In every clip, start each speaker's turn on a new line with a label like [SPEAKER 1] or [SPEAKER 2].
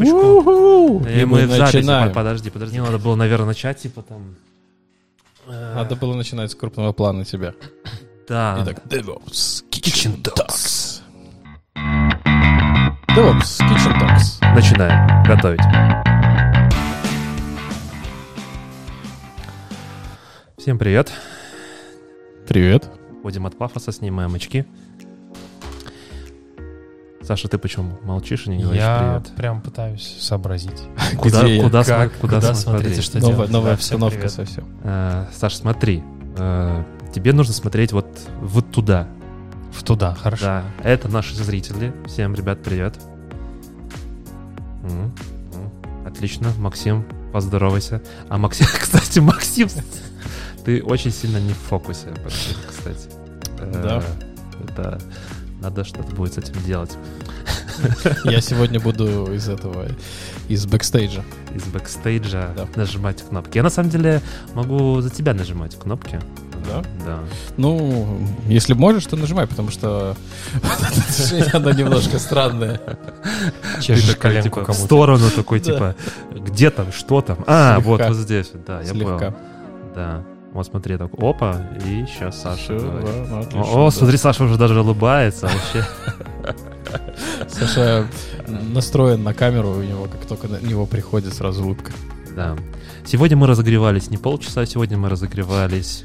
[SPEAKER 1] пучком.
[SPEAKER 2] Уху!
[SPEAKER 1] И
[SPEAKER 3] И
[SPEAKER 1] Э, мы
[SPEAKER 3] мы
[SPEAKER 1] в записи.
[SPEAKER 3] начинаем.
[SPEAKER 1] По- Подожди, подожди, надо было, наверное, начать, типа там. э,
[SPEAKER 3] Надо было начинать с крупного плана тебя.
[SPEAKER 1] Да.
[SPEAKER 3] Итак, DevOps Kitchen Talks. DevOps Kitchen Talks.
[SPEAKER 1] Начинаем готовить. Всем привет.
[SPEAKER 3] Привет.
[SPEAKER 1] Ходим от пафоса, снимаем очки. Саша, ты почему молчишь и не говоришь
[SPEAKER 2] Я
[SPEAKER 1] привет?
[SPEAKER 2] прям пытаюсь сообразить.
[SPEAKER 1] Куда,
[SPEAKER 3] Где я?
[SPEAKER 1] куда,
[SPEAKER 2] Как?
[SPEAKER 1] смо- куда
[SPEAKER 2] Куда
[SPEAKER 1] смотреть?
[SPEAKER 2] смотреть и что
[SPEAKER 3] Новая,
[SPEAKER 2] делать?
[SPEAKER 3] новая
[SPEAKER 2] Да, всем
[SPEAKER 3] обстановка
[SPEAKER 2] привет.
[SPEAKER 3] совсем.
[SPEAKER 1] Э, Саша, смотри. э, Тебе нужно смотреть вот, вот туда.
[SPEAKER 2] В туда, хорошо.
[SPEAKER 1] Да, это наши зрители. Всем, ребят, привет. М, м, Отлично, Максим, поздоровайся. А Максим, кстати, Максим, ты очень сильно не в фокусе, Максим, кстати.
[SPEAKER 3] Да.
[SPEAKER 1] Э, Да. Надо что-то будет с этим делать
[SPEAKER 3] Я сегодня буду из этого, из бэкстейджа.
[SPEAKER 1] из бэкстейджа,
[SPEAKER 3] Да.
[SPEAKER 1] нажимать кнопки. Я на самом деле могу за тебя нажимать кнопки.
[SPEAKER 3] Да?
[SPEAKER 1] Да.
[SPEAKER 3] Ну, если можешь, то нажимай, потому что это решение, оно немножко странное.
[SPEAKER 1] Ты
[SPEAKER 2] Чешешь
[SPEAKER 1] такой,
[SPEAKER 2] коленку
[SPEAKER 1] типа, в
[SPEAKER 2] кому-то.
[SPEAKER 1] сторону такой,
[SPEAKER 3] Да.
[SPEAKER 1] типа, где там, что там? А,
[SPEAKER 3] Слегка.
[SPEAKER 1] вот, вот здесь. вот, Да, я понял.
[SPEAKER 3] Слегка.
[SPEAKER 1] Да. Вот смотри, так, опа, и сейчас Саша
[SPEAKER 3] Всё,
[SPEAKER 1] говорит.
[SPEAKER 3] да, ну, отлично, да.
[SPEAKER 1] О, смотри, Саша уже даже улыбается вообще.
[SPEAKER 3] Саша настроен на камеру, у него как только на него приходит сразу улыбка.
[SPEAKER 1] Да. Сегодня мы разогревались не полчаса, сегодня мы разогревались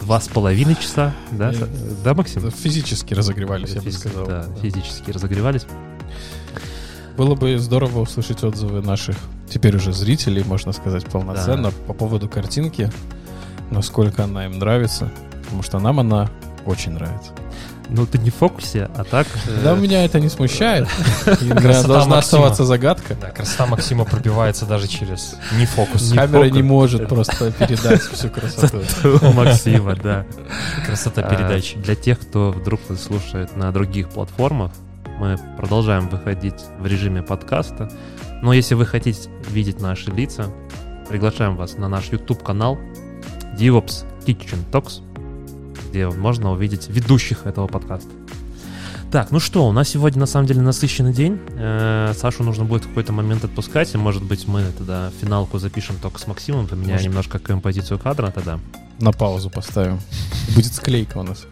[SPEAKER 1] два с половиной часа, да, Са- да, Максим?
[SPEAKER 3] Физически Э, разогревались, я бы
[SPEAKER 1] Физи-
[SPEAKER 3] сказал.
[SPEAKER 1] Да,
[SPEAKER 3] Да.
[SPEAKER 1] физически разогревались.
[SPEAKER 3] Было бы здорово услышать отзывы наших, теперь уже зрителей, можно сказать, полноценно, по поводу картинки, насколько она им нравится, потому что нам она очень нравится.
[SPEAKER 1] Ну, ты не в фокусе, а так... э,
[SPEAKER 3] Да, меня это не смущает. И
[SPEAKER 2] Красота Максима.
[SPEAKER 3] Должна оставаться загадка.
[SPEAKER 2] Да, красота Максима пробивается даже через не фокус.
[SPEAKER 3] Камера не
[SPEAKER 1] фокус.
[SPEAKER 3] может просто передать всю красоту.
[SPEAKER 1] у Максима, да.
[SPEAKER 2] Красота
[SPEAKER 1] А,
[SPEAKER 2] передачи.
[SPEAKER 1] Для тех, кто вдруг нас слушает на других платформах, мы продолжаем выходить в режиме подкаста. Но если вы хотите видеть наши лица, приглашаем вас на наш YouTube-канал DevOps Kitchen Talks, где можно увидеть ведущих этого подкаста. Так, ну что, у нас сегодня на самом деле насыщенный день. Э, Сашу нужно будет в какой-то момент отпускать, и может быть мы тогда финалку запишем только с Максимом, поменяю
[SPEAKER 3] Может.
[SPEAKER 1] немножко композицию кадра тогда.
[SPEAKER 3] На паузу поставим. Будет склейка у нас.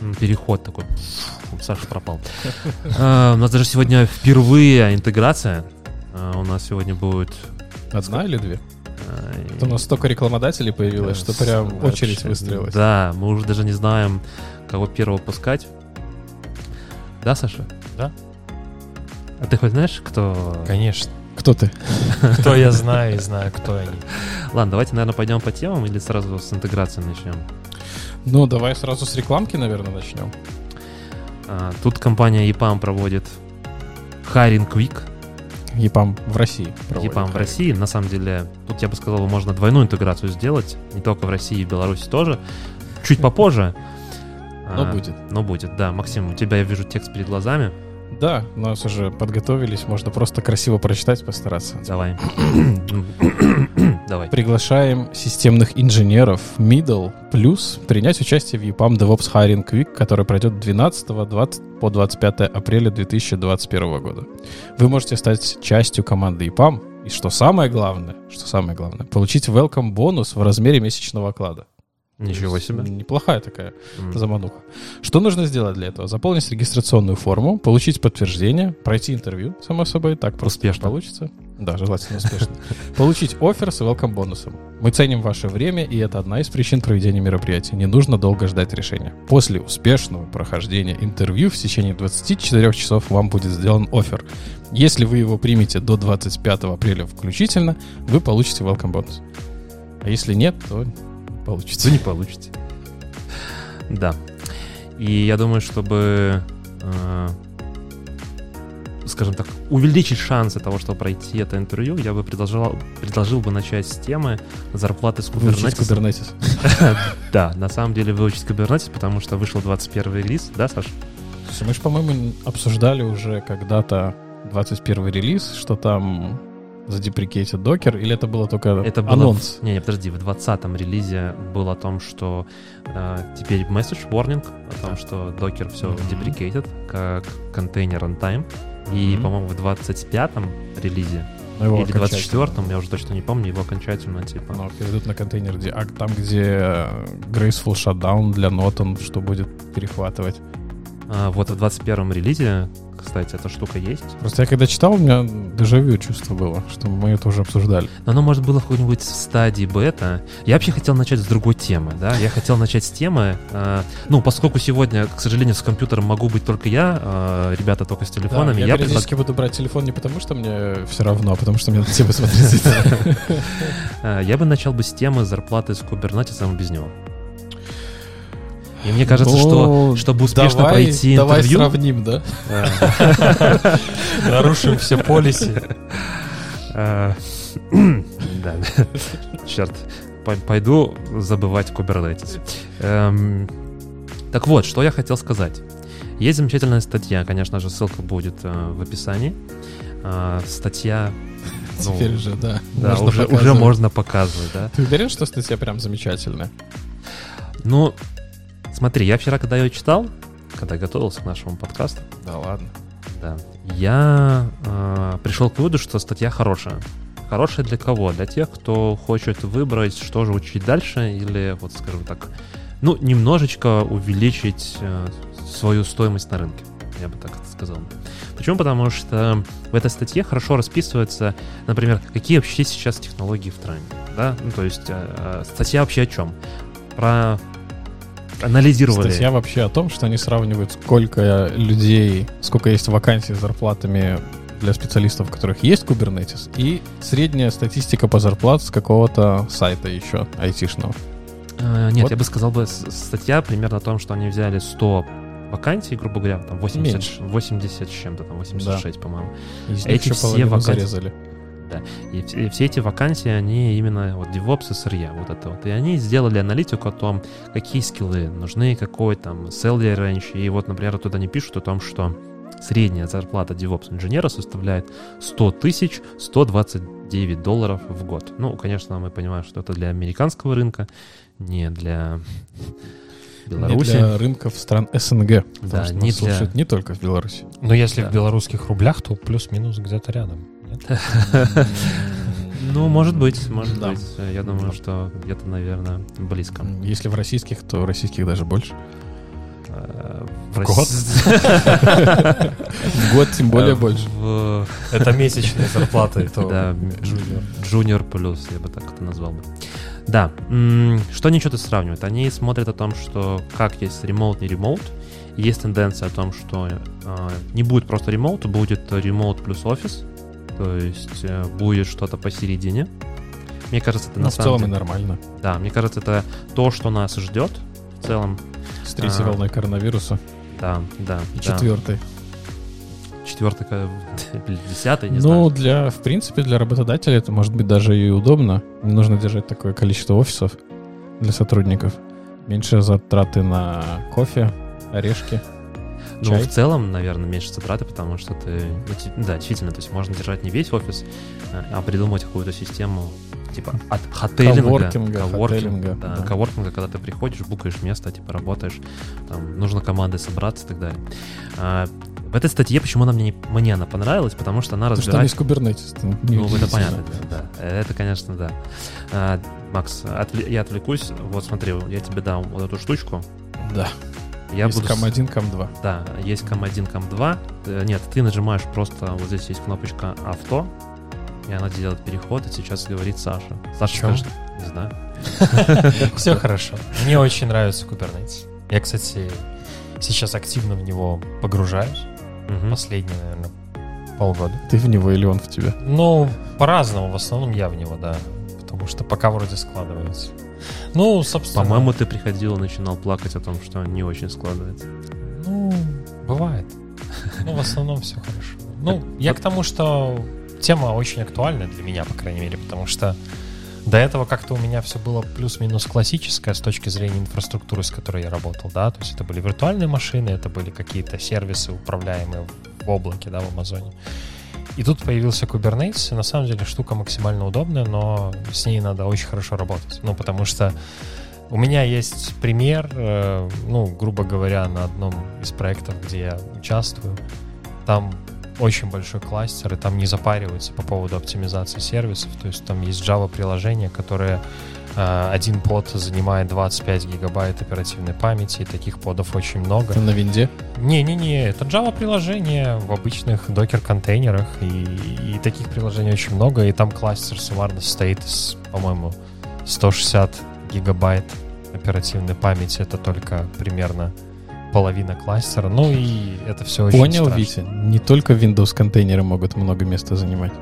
[SPEAKER 1] М, Переход такой. Фу, Саша пропал. Э, У нас даже сегодня впервые интеграция. Э, У нас сегодня будет...
[SPEAKER 3] Одна или две?
[SPEAKER 1] э,
[SPEAKER 3] Вот У нас столько рекламодателей появилось, что прям
[SPEAKER 1] вообще,
[SPEAKER 3] очередь выстроилась.
[SPEAKER 1] Да, мы уже даже не знаем, кого первого пускать. Да, Саша?
[SPEAKER 2] Да.
[SPEAKER 1] А ты хоть знаешь, кто...
[SPEAKER 2] Конечно.
[SPEAKER 3] Кто ты?
[SPEAKER 2] Кто я знаю и знаю, кто они.
[SPEAKER 1] Ладно, давайте, наверное, пойдем по темам или сразу с интеграции начнем.
[SPEAKER 3] Ну, давай сразу с рекламки, наверное, начнем.
[SPEAKER 1] А, Тут компания EPAM проводит Hiring Quick.
[SPEAKER 3] ЕПАМ в России. проводит.
[SPEAKER 1] ЕПАМ А в России, на самом деле, тут я бы сказал, можно двойную интеграцию сделать, не только в России, и в Беларуси тоже, чуть попозже.
[SPEAKER 3] Но
[SPEAKER 1] А,
[SPEAKER 3] будет.
[SPEAKER 1] Но будет, да. Максим, у тебя я вижу текст перед глазами.
[SPEAKER 3] Да, у нас уже подготовились, можно просто красиво прочитать, постараться.
[SPEAKER 1] Давай. Давай.
[SPEAKER 3] Приглашаем системных инженеров Middle плюс принять участие в E EPAM DevOps Hiring Week, который пройдет 12 20 по 25 апреля 2021 года. Вы можете стать частью команды E EPAM и, что самое главное, что самое главное, получить welcome бонус в размере месячного оклада.
[SPEAKER 1] Ничего
[SPEAKER 3] То есть
[SPEAKER 1] себе.
[SPEAKER 3] Неплохая такая
[SPEAKER 1] М.
[SPEAKER 3] замануха. Что нужно сделать для этого? Заполнить регистрационную форму, получить подтверждение, пройти интервью, само собой, так просто не
[SPEAKER 1] Успешно.
[SPEAKER 3] получится. Да, желательно успешно. Получить офер с welcome бонусом. Мы ценим ваше время, и это одна из причин проведения мероприятия. Не нужно долго ждать решения. После успешного прохождения интервью в течение 24 часов вам будет сделан офер. Если вы его примете до 25 апреля включительно, вы получите welcome бонус. А если нет, то не получится.
[SPEAKER 1] Вы не получите. Да. И я думаю, чтобы, э, скажем так, увеличить шансы того, что пройти это интервью, я бы предложил, предложил бы начать с темы зарплаты с
[SPEAKER 3] Выучить
[SPEAKER 1] Kubernetes.
[SPEAKER 3] Kubernetes.
[SPEAKER 1] Да, на самом деле выучить Kubernetes, потому что вышел 21 релиз, да, Саш?
[SPEAKER 3] Слушай, мы же, по-моему, обсуждали уже когда-то 21 релиз, что там задеприкейтит докер, или это было только
[SPEAKER 1] Это было
[SPEAKER 3] анонс?
[SPEAKER 1] в- Не, не, подожди, в 20-м релизе был о том, что э, теперь message warning, о том, что докер все
[SPEAKER 3] Мгм.
[SPEAKER 1] деприкейтит, как контейнер runtime. И,
[SPEAKER 3] Мгм.
[SPEAKER 1] по-моему, в 25-м релизе
[SPEAKER 3] Ну, его
[SPEAKER 1] или
[SPEAKER 3] окончательно.
[SPEAKER 1] 24-м, я уже точно не помню, его окончательно, типа.
[SPEAKER 3] Ну, перейдут на контейнер D. А там, где э, Graceful Shutdown для Нотон, что будет перехватывать.
[SPEAKER 1] А, вот в 21-м релизе, кстати, эта штука есть.
[SPEAKER 3] Просто я когда читал, у меня дежавю чувство было, что мы это уже обсуждали.
[SPEAKER 1] Но оно, может, было в какой-нибудь стадии бета. Я вообще хотел начать с другой темы, да. Я хотел начать с темы. э, ну, поскольку сегодня, к сожалению, с компьютером могу быть только я, э, ребята только с телефонами,
[SPEAKER 3] Да, я,
[SPEAKER 1] я, предла-
[SPEAKER 3] периодически буду брать телефон не потому, что мне все равно, а потому что мне надо тебе посмотреть это.
[SPEAKER 1] э, я бы начал бы с темы зарплаты с кубернатисом без него. И мне кажется, что
[SPEAKER 3] Ну,
[SPEAKER 1] чтобы успешно
[SPEAKER 3] Давай-
[SPEAKER 1] пройти
[SPEAKER 3] Давай
[SPEAKER 1] интервью,
[SPEAKER 3] сравним, да?
[SPEAKER 1] э,
[SPEAKER 2] Нарушим все полиси.
[SPEAKER 1] Э, Да, черт, Пой- пойду забывать Kubernetes. Эм, Так вот, что я хотел сказать. Есть замечательная статья, конечно же, ссылка будет э, в описании. Э, Статья, Ну,
[SPEAKER 3] Теперь же, да.
[SPEAKER 1] да,
[SPEAKER 3] Можно
[SPEAKER 1] уже уже
[SPEAKER 3] показывать.
[SPEAKER 1] можно показывать, да.
[SPEAKER 3] Ты уверен, что статья прям замечательная?
[SPEAKER 1] Ну, смотри, я вчера, когда ее читал, когда готовился к нашему подкасту,
[SPEAKER 3] Да ладно.
[SPEAKER 1] Да. Я э, пришел к выводу, что статья хорошая. Хорошая для кого? Для тех, кто хочет выбрать, что же учить дальше, или, вот скажем так, ну, немножечко увеличить э, свою стоимость на рынке, я бы так это сказал. Почему? Потому что в этой статье хорошо расписывается, например, какие вообще сейчас технологии в тренде. Да? Ну, то есть э, э, статья вообще о чем? Про анализировали.
[SPEAKER 3] Статья вообще о том, что они сравнивают, сколько людей, сколько есть вакансий с зарплатами для специалистов, у которых есть Kubernetes, и средняя статистика по зарплат с какого-то сайта еще айтишного.
[SPEAKER 1] Э, Нет,
[SPEAKER 3] Вот.
[SPEAKER 1] я бы сказал бы, с- статья примерно о том, что они взяли 100 вакансий, грубо говоря, там 80,
[SPEAKER 3] Меньше.
[SPEAKER 1] 80 с чем-то, там 86, по-моему.
[SPEAKER 3] Из
[SPEAKER 1] Эти
[SPEAKER 3] еще
[SPEAKER 1] все
[SPEAKER 3] половину
[SPEAKER 1] вакансии-
[SPEAKER 3] зарезали.
[SPEAKER 1] И, вс- и все эти вакансии, они именно вот DevOps и сырья, вот это вот. И они сделали аналитику о том, какие скиллы нужны, какой там salary range. И вот, например, тут они пишут о том, что средняя зарплата DevOps инженера составляет 100 тысяч 129 долларов в год. Ну, конечно, мы понимаем, что это для американского рынка, не для
[SPEAKER 3] Не
[SPEAKER 1] Беларуси.
[SPEAKER 3] для рынков стран СНГ. Потому
[SPEAKER 1] Да,
[SPEAKER 3] что
[SPEAKER 1] не
[SPEAKER 3] нас
[SPEAKER 1] для-
[SPEAKER 3] слушают не только в Беларуси.
[SPEAKER 2] Но если
[SPEAKER 1] Да.
[SPEAKER 2] в белорусских рублях, то плюс-минус где-то рядом. Нет?
[SPEAKER 1] Ну, может быть, может
[SPEAKER 3] Да.
[SPEAKER 1] быть. Я думаю,
[SPEAKER 3] Да.
[SPEAKER 1] что где-то, наверное, близко.
[SPEAKER 3] Если в российских, то в российских даже больше.
[SPEAKER 1] Э, В
[SPEAKER 2] Год?
[SPEAKER 3] В год тем
[SPEAKER 1] Э,
[SPEAKER 3] более больше.
[SPEAKER 1] В-
[SPEAKER 2] Это месячные зарплаты. то
[SPEAKER 1] Да,
[SPEAKER 2] джуниор.
[SPEAKER 1] Junior плюс, я бы так это назвал бы. Да, м, что они что-то сравнивают? Они смотрят о том, что как есть ремоут, не ремоут. Есть тенденция о том, что э, не будет просто ремоут, будет ремоут плюс офис. То есть э, будет что-то посередине. Мне кажется, это
[SPEAKER 3] Ну,
[SPEAKER 1] на
[SPEAKER 3] в
[SPEAKER 1] самом
[SPEAKER 3] целом и
[SPEAKER 1] деле-
[SPEAKER 3] нормально.
[SPEAKER 1] Да, мне кажется, это то, что нас ждет в целом.
[SPEAKER 3] С третьей
[SPEAKER 1] А.
[SPEAKER 3] волной коронавируса.
[SPEAKER 1] Да, да.
[SPEAKER 3] И
[SPEAKER 1] да.
[SPEAKER 3] четвертой.
[SPEAKER 1] Четвертый, ка- или десятый, не
[SPEAKER 3] Ну,
[SPEAKER 1] знаю.
[SPEAKER 3] для, в принципе, для работодателя это может быть даже и удобно. Не нужно держать такое количество офисов для сотрудников. Меньше затраты на кофе, орешки.
[SPEAKER 1] Ну,
[SPEAKER 3] чай.
[SPEAKER 1] в целом, наверное, меньше затраты, потому что ты... ну, ти- Да, действительно, то есть можно держать не весь офис, э, а придумать какую-то систему типа от хотелинга.
[SPEAKER 3] Коворкинга,
[SPEAKER 1] коворкинг,
[SPEAKER 3] хотелинга,
[SPEAKER 1] да,
[SPEAKER 3] да.
[SPEAKER 1] коворкинга, когда ты приходишь, букаешь место, типа работаешь, там нужно командой собраться и так далее. А, в этой статье почему она мне, не- мне она понравилась, потому что она
[SPEAKER 3] Потому что там
[SPEAKER 1] разбирает...
[SPEAKER 3] есть Kubernetes. это
[SPEAKER 1] Ну, это
[SPEAKER 3] неудивительно.
[SPEAKER 1] понятно, да. да. Это, конечно, да. А, Макс, отвле- я отвлекусь. Вот смотри, я тебе дам вот эту штучку.
[SPEAKER 3] Да.
[SPEAKER 1] Я
[SPEAKER 3] есть
[SPEAKER 1] буду... с-
[SPEAKER 3] кам-1, кам-2.
[SPEAKER 1] Да, есть кам-1, кам-2. Э, Нет, ты нажимаешь просто, вот здесь есть кнопочка «Авто», и она делает переход, и сейчас говорит Саша. Саша,
[SPEAKER 2] Чё?
[SPEAKER 1] скажи- Не знаю.
[SPEAKER 2] Все хорошо. Мне очень нравится Kubernetes. Я, кстати, сейчас активно в него погружаюсь.
[SPEAKER 1] Мгм.
[SPEAKER 2] Последние, наверное, полгода.
[SPEAKER 3] Ты в него или он в тебя?
[SPEAKER 2] Ну, по-разному. В основном я в него, да. Потому что пока вроде складывается. Ну, собственно...
[SPEAKER 1] По-моему, ты приходил и начинал плакать о том, что не очень складывается.
[SPEAKER 2] Ну, бывает. Ну, в основном все хорошо. Ну, я к тому, что тема очень актуальна для меня, по крайней мере, потому что до этого как-то у меня все было плюс-минус классическое с точки зрения инфраструктуры, с которой я работал, да, то есть это были виртуальные машины, это были какие-то сервисы, управляемые в облаке, да, в Амазоне. И тут появился Kubernetes, и на самом деле штука максимально удобная, но с ней надо очень хорошо работать, ну, потому что у меня есть пример, э, ну, грубо говоря, на одном из проектов, где я участвую. Там очень большой кластер, и там не запариваются по поводу оптимизации сервисов. То есть там есть Java-приложение, которое э, один под занимает 25 гигабайт оперативной памяти, и таких подов очень много.
[SPEAKER 3] На винде?
[SPEAKER 2] Не-не-не, это Java-приложение в обычных докер-контейнерах, и, и таких приложений очень много, и там кластер суммарно состоит из, по-моему, 160 гигабайт оперативной памяти, это только примерно половина кластера. Ну и это все очень
[SPEAKER 3] Понял,
[SPEAKER 2] страшно.
[SPEAKER 3] Витя? Не только Windows контейнеры могут много места занимать.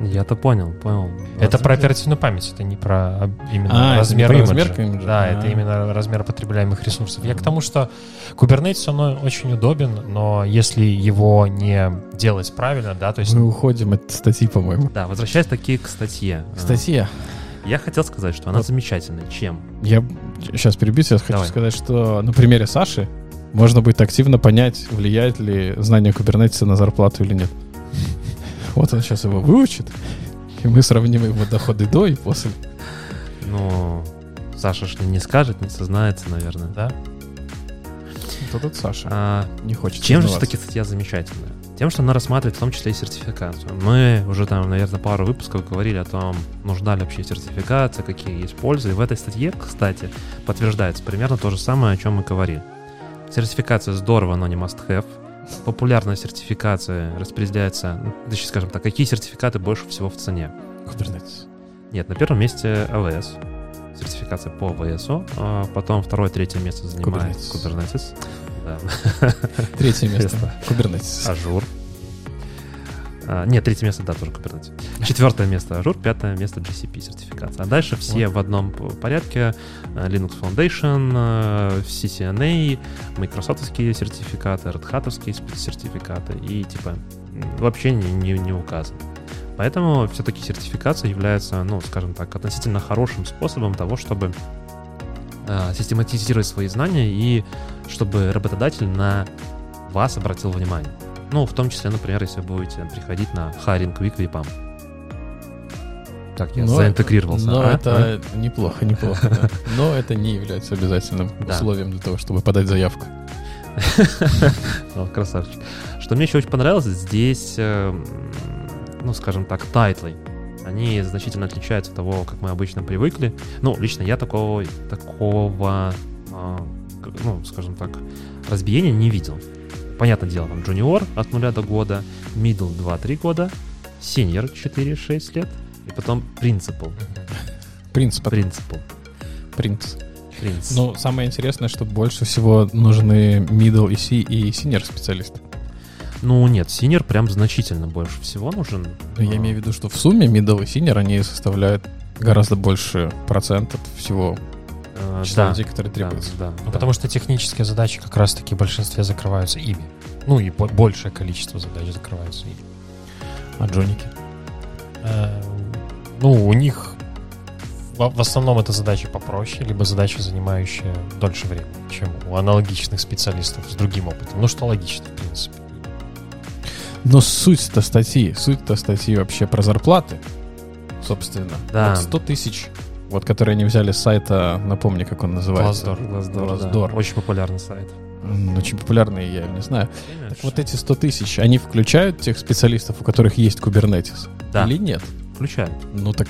[SPEAKER 1] Я-то понял, понял.
[SPEAKER 2] Это про оперативную память, это не про а, именно
[SPEAKER 3] А, это
[SPEAKER 2] размер
[SPEAKER 3] не про
[SPEAKER 2] имиджа.
[SPEAKER 3] размер имиджа.
[SPEAKER 2] Да,
[SPEAKER 3] А.
[SPEAKER 2] это именно размер потребляемых ресурсов. Я к тому, что Kubernetes, он очень удобен, но если его не делать правильно, да, то есть...
[SPEAKER 3] Мы уходим от статьи, по-моему.
[SPEAKER 1] Да, возвращаясь таки к статье. Э,
[SPEAKER 3] Статья.
[SPEAKER 1] Я хотел сказать, что она замечательная. Чем?
[SPEAKER 3] Я сейчас перебьюсь, я хочу
[SPEAKER 1] Давай.
[SPEAKER 3] сказать, что на примере Саши можно будет активно понять, влияет ли знание Кубернетиса на зарплату или нет. Вот он сейчас его выучит, и мы сравним его доходы до и после.
[SPEAKER 1] Ну, Саша ж не скажет, не сознается, наверное.
[SPEAKER 2] Да?
[SPEAKER 3] Вот этот Саша
[SPEAKER 1] А,
[SPEAKER 3] не хочет.
[SPEAKER 1] Чем же
[SPEAKER 3] признаваться.
[SPEAKER 1] все-таки статья замечательная? Тем, что она рассматривает в том числе и сертификацию. Мы уже там, наверное, пару выпусков говорили о том, нужна ли вообще сертификация, какие есть пользы. И в этой статье, кстати, подтверждается примерно то же самое, о чем мы говорили. Сертификация здорово, но не must-have. Популярная сертификация распределяется, ну, точнее, скажем так, какие сертификаты больше всего в цене.
[SPEAKER 3] Kubernetes.
[SPEAKER 1] Нет, на первом месте АВС, сертификация по АВС, а потом второе, третье место занимает Kubernetes. Да.
[SPEAKER 3] Третье место. Кубернетис.
[SPEAKER 1] Ажур. А, нет, третье место, да, тоже Kubernetes. Четвертое место Ажур, пятое место GCP сертификация. А дальше все в одном п- порядке. А, Linux Foundation, а, CCNA, майкрософтовские сертификаты, Red Hatовские сертификаты и типа м, вообще не, не, не указано. Поэтому все-таки сертификация является, ну, скажем так, относительно хорошим способом того, чтобы а, систематизировать свои знания и чтобы работодатель на вас обратил внимание. Ну, в том числе, например, если вы будете приходить на Hiring Week VPAM. Как я
[SPEAKER 3] Но-
[SPEAKER 1] заинтегрировался.
[SPEAKER 3] Но
[SPEAKER 1] а?
[SPEAKER 3] это неплохо, неплохо. да. Но это не является обязательным
[SPEAKER 1] Да.
[SPEAKER 3] условием для того, чтобы подать заявку.
[SPEAKER 1] О, красавчик. Что мне еще очень понравилось, здесь, э, м, ну, скажем так, тайтлы. Они значительно отличаются от того, как мы обычно привыкли. Ну, лично я такого, такого а, к- ну, скажем так, разбиения не видел. Понятное дело, там джуниор от нуля до года, middle 2-3 года, senior 4-6 лет, и потом principal.
[SPEAKER 3] Принц, под-
[SPEAKER 1] Principal.
[SPEAKER 3] принц.
[SPEAKER 1] Принц.
[SPEAKER 3] Ну, самое интересное, что больше всего нужны middle и си и senior специалисты.
[SPEAKER 1] Ну, нет, senior прям значительно больше всего нужен.
[SPEAKER 3] Ну, Я
[SPEAKER 1] А.
[SPEAKER 3] имею в виду, что в сумме middle и senior они составляют гораздо больше процент от всего
[SPEAKER 1] Э,
[SPEAKER 3] числа
[SPEAKER 1] да,
[SPEAKER 3] людей, которые
[SPEAKER 1] да,
[SPEAKER 3] требуются.
[SPEAKER 1] да,
[SPEAKER 2] Ну,
[SPEAKER 1] да.
[SPEAKER 2] Потому что технические задачи как раз-таки в большинстве закрываются ими. Ну и бо- большее количество задач закрываются ими.
[SPEAKER 3] А джоники?
[SPEAKER 2] Э, Ну, у них в в основном это задачи попроще, либо задачи, занимающие дольше времени, чем у аналогичных специалистов с другим опытом. Ну, что логично, в принципе.
[SPEAKER 3] Но суть-то статьи, суть-то статьи вообще про зарплаты, собственно.
[SPEAKER 1] Да.
[SPEAKER 3] Вот 100 тысяч, вот которые они взяли с сайта, напомни, как он называется.
[SPEAKER 2] Glassdoor.
[SPEAKER 1] Глаздор, да.
[SPEAKER 3] Глаздор.
[SPEAKER 1] Очень популярный сайт.
[SPEAKER 3] М, Очень популярные, я не знаю. Так вот эти 100 тысяч, они включают тех специалистов, у которых есть Kubernetes?
[SPEAKER 1] Да.
[SPEAKER 3] Или нет?
[SPEAKER 1] включают.
[SPEAKER 3] Ну так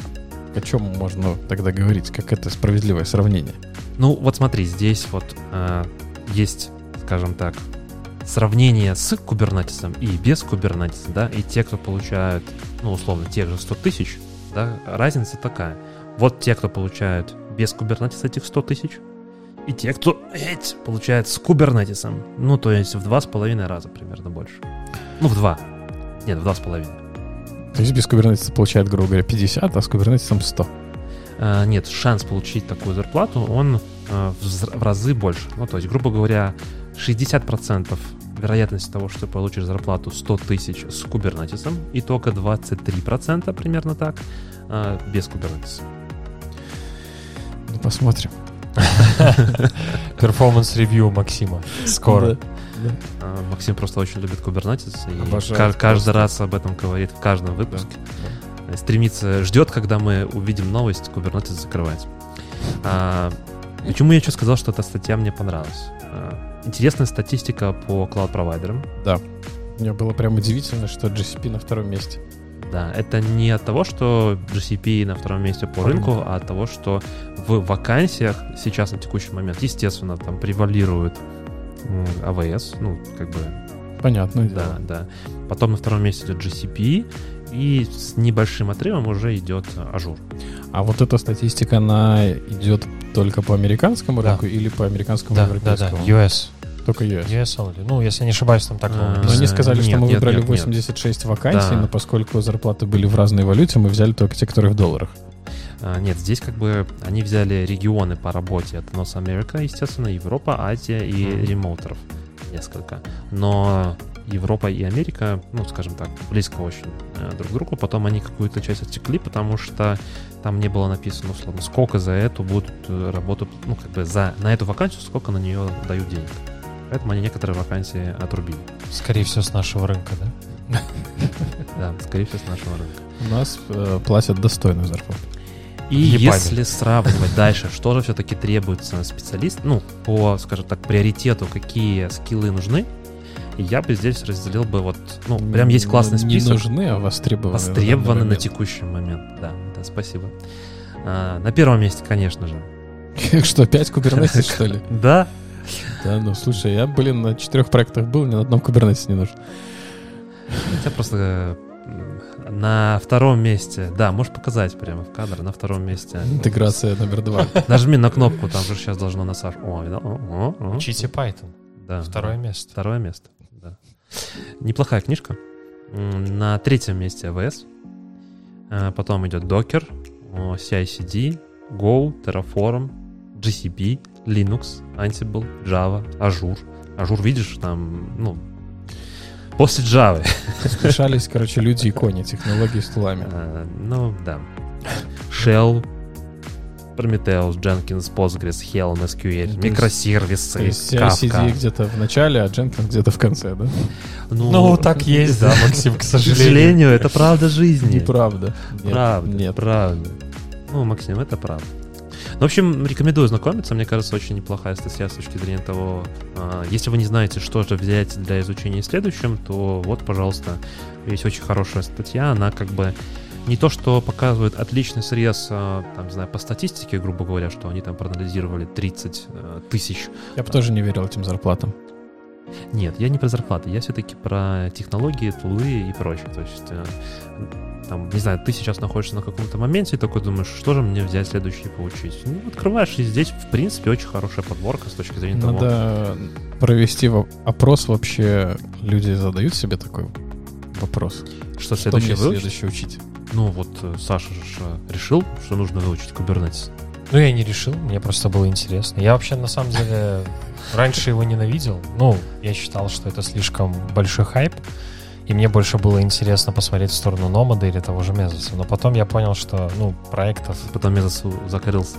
[SPEAKER 3] о чем можно тогда говорить? Как это справедливое сравнение?
[SPEAKER 1] Ну, вот смотри, здесь вот э, есть, скажем так, сравнение с Kubernetes и без Kubernetes, да, и те, кто получают, ну, условно, тех же 100 тысяч, да, разница такая. Вот те, кто получают без Kubernetes этих 100 тысяч, и те, кто эть, получает с Kubernetes, ну, то есть в два с половиной раза примерно больше. Ну, в два. Нет, в два с половиной.
[SPEAKER 3] То есть без Kubernetes получает, грубо говоря, 50, а с Kubernetes 100.
[SPEAKER 1] э, нет, шанс получить такую зарплату, он э, в з- в разы больше. Ну, то есть, грубо говоря, 60% вероятность того, что ты получишь зарплату 100 тысяч с кубернатисом, и только 23% примерно так э, без кубернатиса.
[SPEAKER 3] Ну посмотрим.
[SPEAKER 2] Перформанс-ревью Максима. Скоро.
[SPEAKER 1] Э, Максим просто очень любит кубернатис, и
[SPEAKER 3] Обожаю
[SPEAKER 1] ка-
[SPEAKER 3] просто.
[SPEAKER 1] каждый раз об этом говорит в каждом выпуске. Э, Стремится, ждет, когда мы увидим новость, кубернатис закрывать. А, почему я еще сказал, что эта статья мне понравилась? А, интересная статистика по клауд-провайдерам.
[SPEAKER 3] Да. Мне было прям удивительно, что GCP на втором месте.
[SPEAKER 1] Да, это не от того, что GCP на втором месте по рынку, а от того, что в вакансиях сейчас на текущий момент, естественно, там превалирует м, AWS, ну, как бы,
[SPEAKER 3] Понятно.
[SPEAKER 1] да, да. Потом на втором месте идет GCP, и с небольшим отрывом уже идет ажур.
[SPEAKER 3] А вот эта статистика, она идет только по американскому
[SPEAKER 2] Да.
[SPEAKER 3] рынку или по американскому и
[SPEAKER 2] Да, да, да,
[SPEAKER 3] европейскому?
[SPEAKER 2] US.
[SPEAKER 3] Только US.
[SPEAKER 2] US only. Ну, если не ошибаюсь, там так
[SPEAKER 1] А,
[SPEAKER 2] было
[SPEAKER 3] Но
[SPEAKER 2] написано.
[SPEAKER 3] они сказали,
[SPEAKER 1] Нет,
[SPEAKER 3] что мы
[SPEAKER 1] нет,
[SPEAKER 3] выбрали
[SPEAKER 1] нет, нет.
[SPEAKER 3] 86 вакансий,
[SPEAKER 1] Да.
[SPEAKER 3] но поскольку зарплаты были в разной валюте, мы взяли только те, которые в долларах.
[SPEAKER 1] А, Нет, здесь как бы они взяли регионы по работе. Это North America, естественно, Европа, Азия и
[SPEAKER 2] Мгм.
[SPEAKER 1] ремоутеров несколько. Но Европа и Америка, ну, скажем так, близко очень э, друг к другу. Потом они какую-то часть отсекли, потому что там не было написано, условно, сколько за эту будут э, работу, ну, как бы за, на эту вакансию, сколько на нее дают денег. Поэтому они некоторые вакансии отрубили.
[SPEAKER 2] Скорее всего, с нашего рынка, да?
[SPEAKER 1] Да, скорее всего, с нашего рынка.
[SPEAKER 3] У нас э, платят достойную зарплату.
[SPEAKER 1] И
[SPEAKER 2] Ебали.
[SPEAKER 1] если сравнивать дальше, что же все-таки требуется специалист, ну, по, скажем так, приоритету, какие скиллы нужны, я бы здесь разделил бы вот, ну, прям есть классный
[SPEAKER 3] Не
[SPEAKER 1] список,
[SPEAKER 3] нужны, а востребованы. на данный
[SPEAKER 1] востребованы на
[SPEAKER 3] момент.
[SPEAKER 1] текущий момент. Да, да, спасибо. А, на первом месте, конечно же.
[SPEAKER 3] Что, 5 кубернетис, что ли?
[SPEAKER 1] Да,
[SPEAKER 3] Да, ну слушай, я, блин, на четырех проектах был, ни на одном кубернетис не нужен.
[SPEAKER 1] хотя просто э, м, на втором месте, да, можешь показать прямо в кадр, на втором месте.
[SPEAKER 3] Интеграция номер два.
[SPEAKER 1] Нажми на кнопку, там же сейчас должно на Саш. О, видал? О, о, о.
[SPEAKER 2] Учите Python.
[SPEAKER 1] Да.
[SPEAKER 2] Второе место.
[SPEAKER 1] Второе место. Да. Неплохая книжка. М, На третьем месте AWS. Э, Потом идет Docker, о, CI/CD, Go, Terraform, GCP, Linux, Ansible, Java, Azure. Ажур, видишь, там, ну, после Java.
[SPEAKER 3] Смешались, короче, люди и кони, технологии с тулами.
[SPEAKER 1] Э, Ну, да. Shell, Prometheus, Jenkins, Postgres, Helm, SQL,
[SPEAKER 3] есть-
[SPEAKER 1] E, микросервисы,
[SPEAKER 3] То есть
[SPEAKER 1] Kafka.
[SPEAKER 3] CI/CD где-то в начале, а Jenkins где-то в конце, да?
[SPEAKER 2] Ну, так есть, да, Максим, к
[SPEAKER 1] К
[SPEAKER 2] сожалению.
[SPEAKER 1] сожалению, это правда жизни.
[SPEAKER 3] Неправда. Нет,
[SPEAKER 1] Правда,
[SPEAKER 3] Нет.
[SPEAKER 1] правда. Ну, Максим, это правда. Ну, в общем, рекомендую знакомиться. Мне кажется, очень неплохая статья с точки зрения того, а, если вы не знаете, что же взять для изучения в следующем, то вот, пожалуйста, есть очень хорошая статья. Она как бы не то, что показывает отличный срез, а, там, не знаю, по статистике, грубо говоря, что они там проанализировали 30 э, тысяч.
[SPEAKER 3] Я бы тоже не верил этим зарплатам.
[SPEAKER 1] Нет, я не про зарплаты, я все-таки про технологии, тулы и прочее. То есть э, там, не знаю, ты сейчас находишься на каком-то моменте и такой думаешь, что же мне взять следующий и получить. Ну, открываешь, и здесь, в принципе, очень хорошая подборка с точки
[SPEAKER 3] Ну
[SPEAKER 1] зрения того.
[SPEAKER 3] Надо провести во- опрос вообще. Люди задают себе такой вопрос.
[SPEAKER 1] Что
[SPEAKER 3] Что
[SPEAKER 1] следующее
[SPEAKER 3] мне
[SPEAKER 1] выучить?
[SPEAKER 3] следующее учить?
[SPEAKER 1] Ну вот э, Саша же э, решил, что нужно выучить кубернетис.
[SPEAKER 2] Ну, я не решил, мне просто было интересно. Я вообще, на самом деле, раньше его ненавидел. Ну, я считал, что это слишком большой хайп. И мне больше было интересно посмотреть в сторону Номада или того же Мезоса. Но потом я понял, что, ну, проектов...
[SPEAKER 1] Потом я засу- закрылся.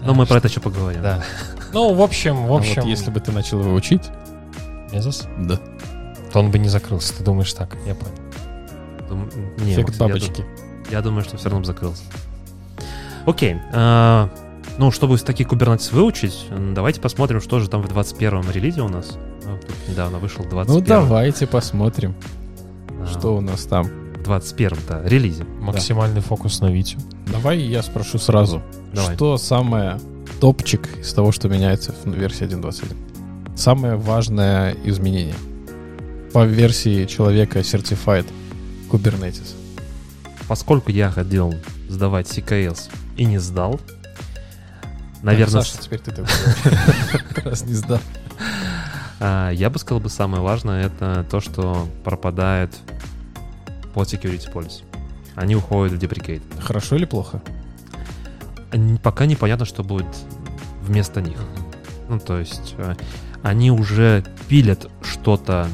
[SPEAKER 1] Но Ну, мы про это еще поговорим.
[SPEAKER 2] Да. Ну, в общем, в
[SPEAKER 3] А
[SPEAKER 2] общем...
[SPEAKER 3] вот если бы ты начал его учить,
[SPEAKER 2] Мезос,
[SPEAKER 3] да.
[SPEAKER 2] то он бы не закрылся. Ты думаешь так, я понял.
[SPEAKER 1] Дум- не,
[SPEAKER 3] эффект
[SPEAKER 1] Максим, я дум-
[SPEAKER 3] бабочки.
[SPEAKER 1] Я думаю, что все равно бы закрылся. Окей. а, ну, чтобы такие кубернетис выучить, м, давайте посмотрим, что же там в 21-м релизе у нас. А, Тут недавно вышел 21
[SPEAKER 3] Ну давайте посмотрим,
[SPEAKER 1] а,
[SPEAKER 3] что у нас там.
[SPEAKER 1] В 21-м-то релизе.
[SPEAKER 2] Максимальный фокус на Витю.
[SPEAKER 3] Давай я спрошу сразу.
[SPEAKER 1] Давай.
[SPEAKER 3] Что самое топчик из того, что меняется в версии 1.21? Самое важное изменение по версии человека Certified Kubernetes.
[SPEAKER 1] Поскольку я ходил сдавать CKS и не сдал, наверное,
[SPEAKER 3] Саша, теперь ты такой. Как раз не сдал.
[SPEAKER 1] а, я бы сказал бы самое важное, это то, что пропадает по security policy. Они уходят в деприкейт.
[SPEAKER 3] Хорошо или плохо?
[SPEAKER 1] Н- Пока непонятно, что будет вместо них. Ну, то есть э, они уже пилят что-то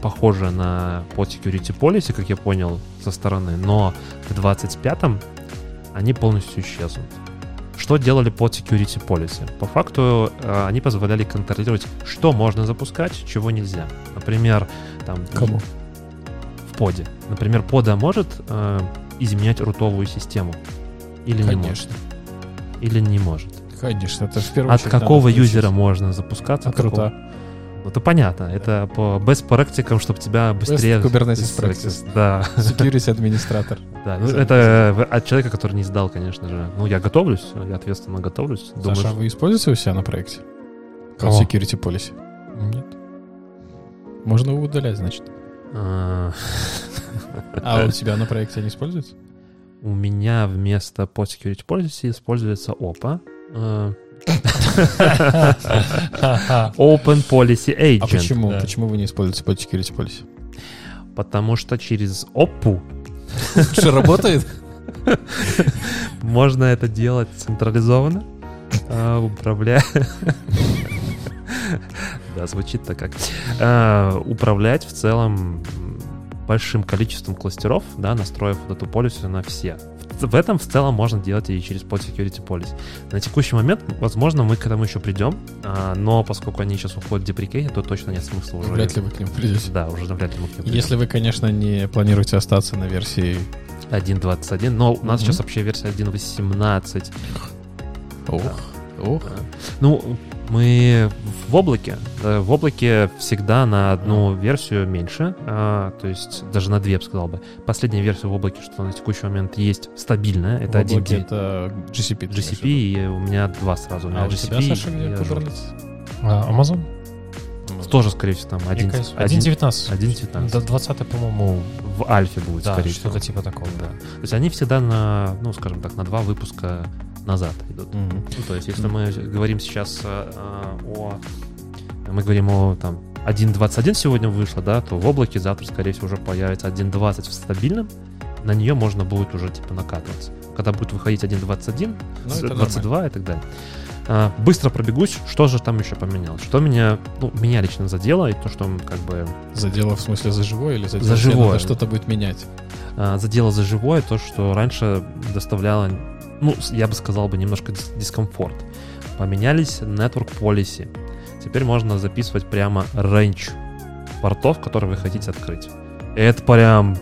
[SPEAKER 1] похожее на под security policy, как я понял, со стороны, но в 25-м они полностью исчезнут. Что делали под security policy? По факту э, они позволяли контролировать, что можно запускать, чего нельзя. Например, там в поде. Например, пода может э, изменять рутовую систему или не может
[SPEAKER 3] Конечно.
[SPEAKER 1] или не может.
[SPEAKER 3] Конечно, это в первую
[SPEAKER 1] От
[SPEAKER 3] очередь
[SPEAKER 1] какого
[SPEAKER 3] надо включить.
[SPEAKER 1] юзера можно запускаться?
[SPEAKER 3] От
[SPEAKER 1] какого-
[SPEAKER 3] рута.
[SPEAKER 1] Ну, это понятно. Это по best практикам, чтобы тебя быстрее...
[SPEAKER 3] Kubernetes
[SPEAKER 1] practice. Да,
[SPEAKER 3] Security администратор.
[SPEAKER 1] да. Ну, это от человека, который не сдал, конечно же. Ну, я готовлюсь, я ответственно готовлюсь. Думаю,
[SPEAKER 3] Саша, а
[SPEAKER 1] что-
[SPEAKER 3] вы используете у себя на проекте? Cloud
[SPEAKER 2] Кого?
[SPEAKER 3] Security Policy.
[SPEAKER 2] Нет.
[SPEAKER 3] Можно его удалять, значит.
[SPEAKER 1] э,
[SPEAKER 3] А у тебя на проекте они используются?
[SPEAKER 1] У меня вместо по security policy используется OPA. э,
[SPEAKER 2] А,
[SPEAKER 1] Open Policy Agent.
[SPEAKER 3] А почему?
[SPEAKER 2] да.
[SPEAKER 3] Почему вы не используете под Security Policy?
[SPEAKER 1] Потому что через OPU
[SPEAKER 3] Лучше работает?
[SPEAKER 1] можно это делать централизованно, э, управля- Да, звучит так как. Э, Управлять в целом м, большим количеством кластеров, да, настроив вот эту полисию на все. В в этом в целом можно делать и через под security policy. На текущий момент, возможно, мы к этому еще придем, а, но поскольку они сейчас уходят в деприкейт, то точно нет смысла уже.
[SPEAKER 3] Вряд ли вы к ним придете.
[SPEAKER 1] Да, уже вряд ли мы к ним придем.
[SPEAKER 3] Если вы, конечно, не планируете остаться на версии
[SPEAKER 1] 1.21, но у
[SPEAKER 3] Мгм.
[SPEAKER 1] нас сейчас вообще версия 1.18.
[SPEAKER 3] Ох, ох.
[SPEAKER 1] Ну, мы в облаке. да, В облаке всегда на одну версию меньше, а, то есть даже на две, я бы сказал бы. Последняя версия в облаке, что на текущий момент есть, стабильная, это
[SPEAKER 3] В облаке
[SPEAKER 1] 1.9.
[SPEAKER 3] это GCP. ты
[SPEAKER 1] GCP,
[SPEAKER 3] имеешь
[SPEAKER 1] и у меня два сразу.
[SPEAKER 3] в
[SPEAKER 1] У
[SPEAKER 3] виду.
[SPEAKER 1] меня
[SPEAKER 3] А у тебя,
[SPEAKER 1] GCP,
[SPEAKER 3] Саша, где
[SPEAKER 1] и
[SPEAKER 3] Kubernetes?
[SPEAKER 2] А, Amazon?
[SPEAKER 1] Azure. Тоже, скорее всего, там
[SPEAKER 2] Мне
[SPEAKER 1] один-
[SPEAKER 2] кажется,
[SPEAKER 1] один-
[SPEAKER 2] 1.19.
[SPEAKER 1] 1.19.
[SPEAKER 2] До 20 по-моему,
[SPEAKER 1] В альфе будет,
[SPEAKER 2] да,
[SPEAKER 1] скорее всего.
[SPEAKER 2] что-то типа такого, да.
[SPEAKER 1] То есть они всегда на, ну, скажем так, на два выпуска назад идут.
[SPEAKER 3] Мгм.
[SPEAKER 1] Ну, то есть, если мы говорим сейчас э, э, о... Мы говорим о там 1.21 сегодня вышло, да, то в облаке завтра, скорее всего, уже появится 1.20 в стабильном. На нее можно будет уже, типа, накатываться. Когда будет выходить 1.21,
[SPEAKER 3] Ну, это
[SPEAKER 1] 22 и так далее. А, Быстро пробегусь, что же там еще поменялось? Что меня, ну, меня лично задело, и то, что м, как бы
[SPEAKER 3] За дело в смысле за живое или за дело,
[SPEAKER 1] За
[SPEAKER 3] тебе
[SPEAKER 1] живое.
[SPEAKER 3] надо что-то будет менять?
[SPEAKER 1] а, задело за живое то, что раньше доставляло, ну, с- я бы сказал бы, немножко дис- дискомфорт. Поменялись network policy. Теперь можно записывать прямо range портов, которые вы хотите открыть. Это прям...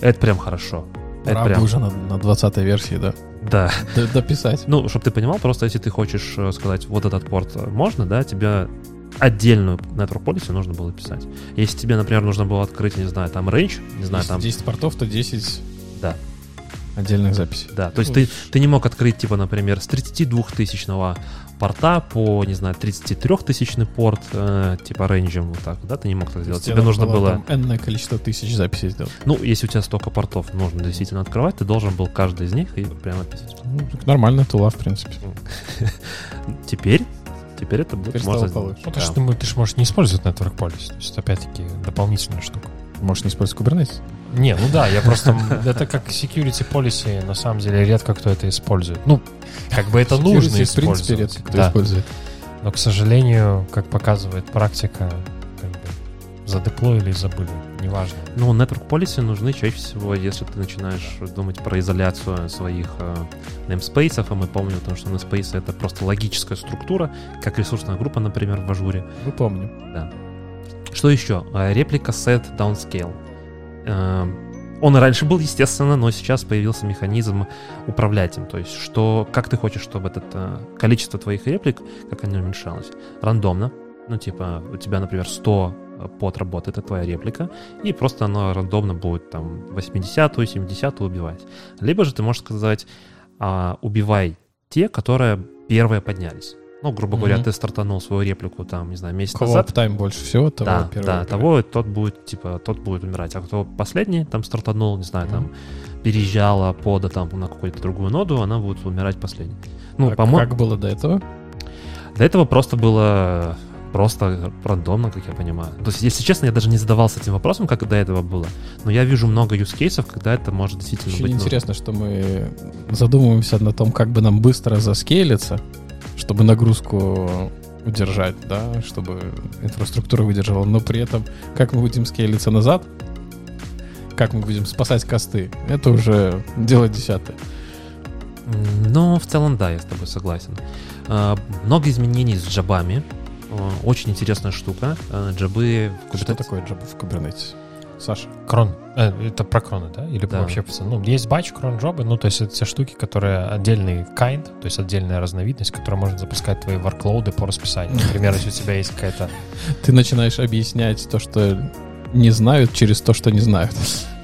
[SPEAKER 1] Это прям хорошо. Это
[SPEAKER 3] Пора бы
[SPEAKER 1] прям...
[SPEAKER 3] уже на, на 20 версии, да?
[SPEAKER 1] Да.
[SPEAKER 3] Д- дописать.
[SPEAKER 1] Ну, чтобы ты понимал, просто если ты хочешь э, сказать, вот этот порт э, можно, да, тебе отдельную network policy нужно было писать. Если тебе, например, нужно было открыть, не знаю, там range, не знаю,
[SPEAKER 3] Если
[SPEAKER 1] там
[SPEAKER 3] 10 портов, то 10
[SPEAKER 1] Да.
[SPEAKER 3] отдельных записей.
[SPEAKER 1] Да, то есть
[SPEAKER 3] Ну,
[SPEAKER 1] ты, ты не мог открыть, типа, например, с 32 тысячного порта по, не знаю, 33 тысячный порт, э, типа, рейнджем вот так, да, ты не мог так сделать.
[SPEAKER 3] То есть
[SPEAKER 1] Тебе нужно было,
[SPEAKER 3] там энное количество тысяч записей сделать.
[SPEAKER 1] ну, если у тебя столько портов нужно действительно открывать, ты должен был каждый из них и прямо писать.
[SPEAKER 3] Ну, так нормально, тула, в принципе.
[SPEAKER 1] Теперь, теперь это будет
[SPEAKER 3] Теперь
[SPEAKER 1] можно
[SPEAKER 3] стало получше.
[SPEAKER 1] сделать.
[SPEAKER 2] Ну,
[SPEAKER 1] Да.
[SPEAKER 2] то есть ты, м- ты же можешь не использовать Network Policy. То есть это опять-таки дополнительная штука.
[SPEAKER 3] Можешь не использовать Kubernetes?
[SPEAKER 2] Не, ну да, я просто... м, Это как security policy, на самом деле редко кто это использует. Ну, как бы это
[SPEAKER 3] Security,
[SPEAKER 2] нужно
[SPEAKER 3] в принципе,
[SPEAKER 2] использовать.
[SPEAKER 3] редко кто
[SPEAKER 2] Да.
[SPEAKER 3] использует.
[SPEAKER 2] Но, к сожалению, как показывает практика, как бы задеплоили и забыли, неважно.
[SPEAKER 1] Ну, network policy нужны чаще всего, если ты начинаешь думать про изоляцию своих э, namespace'ов, а мы помним, потому что namespace — это просто логическая структура, как ресурсная группа, например, в ажуре.
[SPEAKER 3] Ну, помню.
[SPEAKER 1] Что еще? А, Реплика set downscale. Эм, Он и раньше был, естественно, но сейчас появился механизм управлять им. То есть, что, как ты хочешь, чтобы это количество твоих реплик, как они уменьшалось. Рандомно. Ну, типа, у тебя, например, 100 под работы, это твоя реплика, и просто она рандомно будет там 80-ю, 70-ю убивать. Либо же ты можешь сказать, а, убивай те, которые первые поднялись. Ну, грубо говоря,
[SPEAKER 3] Мгм.
[SPEAKER 1] ты стартанул свою реплику там, не знаю, месяц
[SPEAKER 3] У кого
[SPEAKER 1] назад,
[SPEAKER 3] тайм больше всего, того
[SPEAKER 1] да,
[SPEAKER 3] первого.
[SPEAKER 1] да, того тот будет, типа, тот будет умирать. А кто последний, там, стартанул, не знаю, там, переезжала пода там на какую-то другую ноду, она будет умирать последней. Ну,
[SPEAKER 3] А
[SPEAKER 1] по-моему,
[SPEAKER 3] Как было до этого?
[SPEAKER 1] до этого просто было просто рандомно, как я понимаю. То есть, если честно, я даже не задавался этим вопросом, как до этого было, но я вижу много юзкейсов, когда это может действительно
[SPEAKER 3] Очень
[SPEAKER 1] быть... ну,
[SPEAKER 3] интересно, что мы задумываемся на том, как бы нам быстро заскейлиться, чтобы нагрузку удержать, да, чтобы инфраструктура выдержала, но при этом как мы будем скейлиться назад, как мы будем спасать косты, это уже дело десятое.
[SPEAKER 1] М, Ну, в целом, да, я с тобой согласен. А, Много изменений с джабами. А, Очень интересная штука. А, Джабы... в
[SPEAKER 3] Что
[SPEAKER 1] Kubernetes-
[SPEAKER 3] такое джаба в Kubernetes? Саша.
[SPEAKER 2] Крон. Э, Это про кроны, да? Или
[SPEAKER 1] Да.
[SPEAKER 2] вообще пацаны? Ну, есть батч, крон-джобы, ну, то есть это все штуки, которые отдельный kind, то есть отдельная разновидность, которая может запускать твои ворклоуды по расписанию. Например, если у тебя есть какая-то...
[SPEAKER 3] Ты начинаешь объяснять то, что не знают через то, что не знают.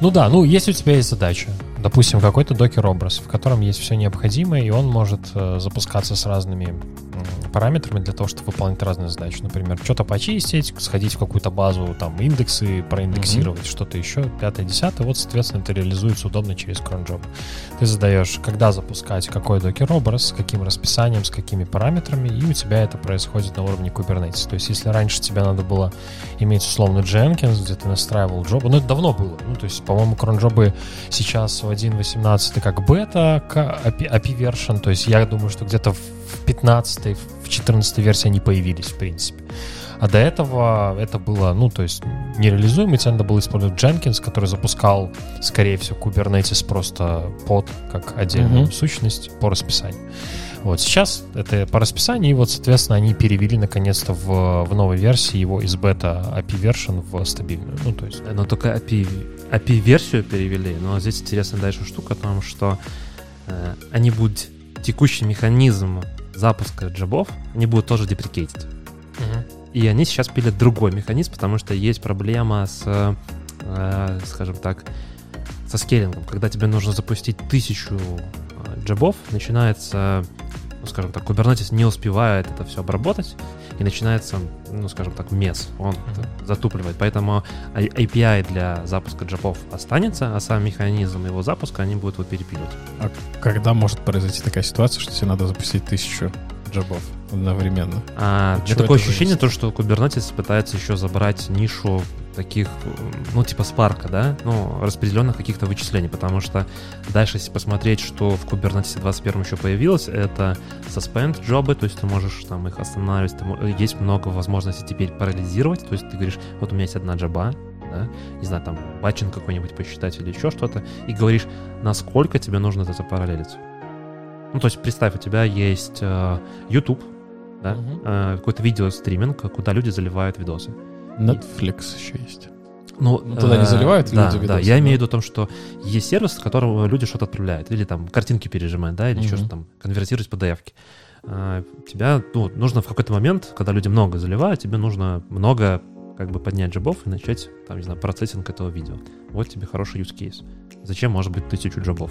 [SPEAKER 2] Ну да, ну, если у тебя есть задача, допустим, какой-то докер-образ, в котором есть все необходимое, и он может э, запускаться с разными м, параметрами для того, чтобы выполнять разные задачи. Например, что-то почистить, сходить в какую-то базу, там, индексы, проиндексировать, что-то еще, пятое, десятое. Вот, соответственно, это реализуется удобно через кронджоп. Ты задаешь, когда запускать какой докер-образ, с каким расписанием, с какими параметрами, и у тебя это происходит на уровне Kubernetes. То есть, если раньше тебе надо было иметь условно Jenkins, где ты настраивал джобы, но это давно было. Ну, то есть, по-моему, кронджобы сейчас в 1.18 как бета к API, API version, то есть я думаю, что где-то в 15 в 14 версии они появились, в принципе. А до этого это было, ну, то есть нереализуемо, и тебе надо было использовать Jenkins, который запускал, скорее всего, Kubernetes просто под, как отдельную
[SPEAKER 3] Мгм.
[SPEAKER 2] сущность по расписанию. Вот сейчас это по расписанию, и вот, соответственно, они перевели наконец-то в, в новой версии его из бета API version в стабильную. Ну, то есть
[SPEAKER 1] Но только API, версию перевели. Но здесь интересная дальше штука о том, что э, они будут текущий механизм запуска джобов, они будут тоже деприкейтить. И они сейчас пилят другой механизм, потому что есть проблема с, э, скажем так, со скейлингом. Когда тебе нужно запустить тысячу э, джобов, начинается, ну, скажем так, Kubernetes не успевает это все обработать, и начинается, ну, скажем так, мес. Он
[SPEAKER 2] Мгм.
[SPEAKER 1] затупливает. Поэтому I- API для запуска джобов останется, а сам механизм его запуска они будут вот перепиливать.
[SPEAKER 3] Когда может произойти такая ситуация, что тебе надо запустить тысячу джобов одновременно?
[SPEAKER 1] А, у меня
[SPEAKER 3] Чего
[SPEAKER 1] такое
[SPEAKER 3] это
[SPEAKER 1] ощущение,
[SPEAKER 3] зависит?
[SPEAKER 1] то, что Kubernetes пытается еще забрать нишу таких, м, ну, типа спарка, да, ну, распределенных каких-то вычислений, потому что дальше, если посмотреть, что в Kubernetes 21 еще появилось, это suspend джобы, то есть ты можешь там их останавливать, ты мо- есть много возможностей теперь парализировать, то есть ты говоришь, вот у меня есть одна джоба, да, не знаю, там, батчин какой-нибудь посчитать или еще что-то, и говоришь, насколько тебе нужно это запараллелить. Ну, то есть представь, у тебя есть э, YouTube, да,
[SPEAKER 2] Мгм.
[SPEAKER 1] э, какой-то видеостриминг, куда люди заливают видосы.
[SPEAKER 3] Netflix еще есть.
[SPEAKER 1] Ну,
[SPEAKER 3] Ну, туда не заливают
[SPEAKER 1] да,
[SPEAKER 3] люди
[SPEAKER 1] Да,
[SPEAKER 3] видосы,
[SPEAKER 1] я
[SPEAKER 3] да?
[SPEAKER 1] имею в виду о том, что есть сервис, с которого люди что-то отправляют, или там картинки пережимают, да, или
[SPEAKER 3] Мгм.
[SPEAKER 1] что-то там конвертируют PDF-ки. А, Тебя ну, нужно в какой-то момент, когда люди много заливают, тебе нужно много как бы поднять джобов и начать, там, не знаю, процессинг этого видео. Вот тебе хороший use case. Зачем может быть тысячу джобов?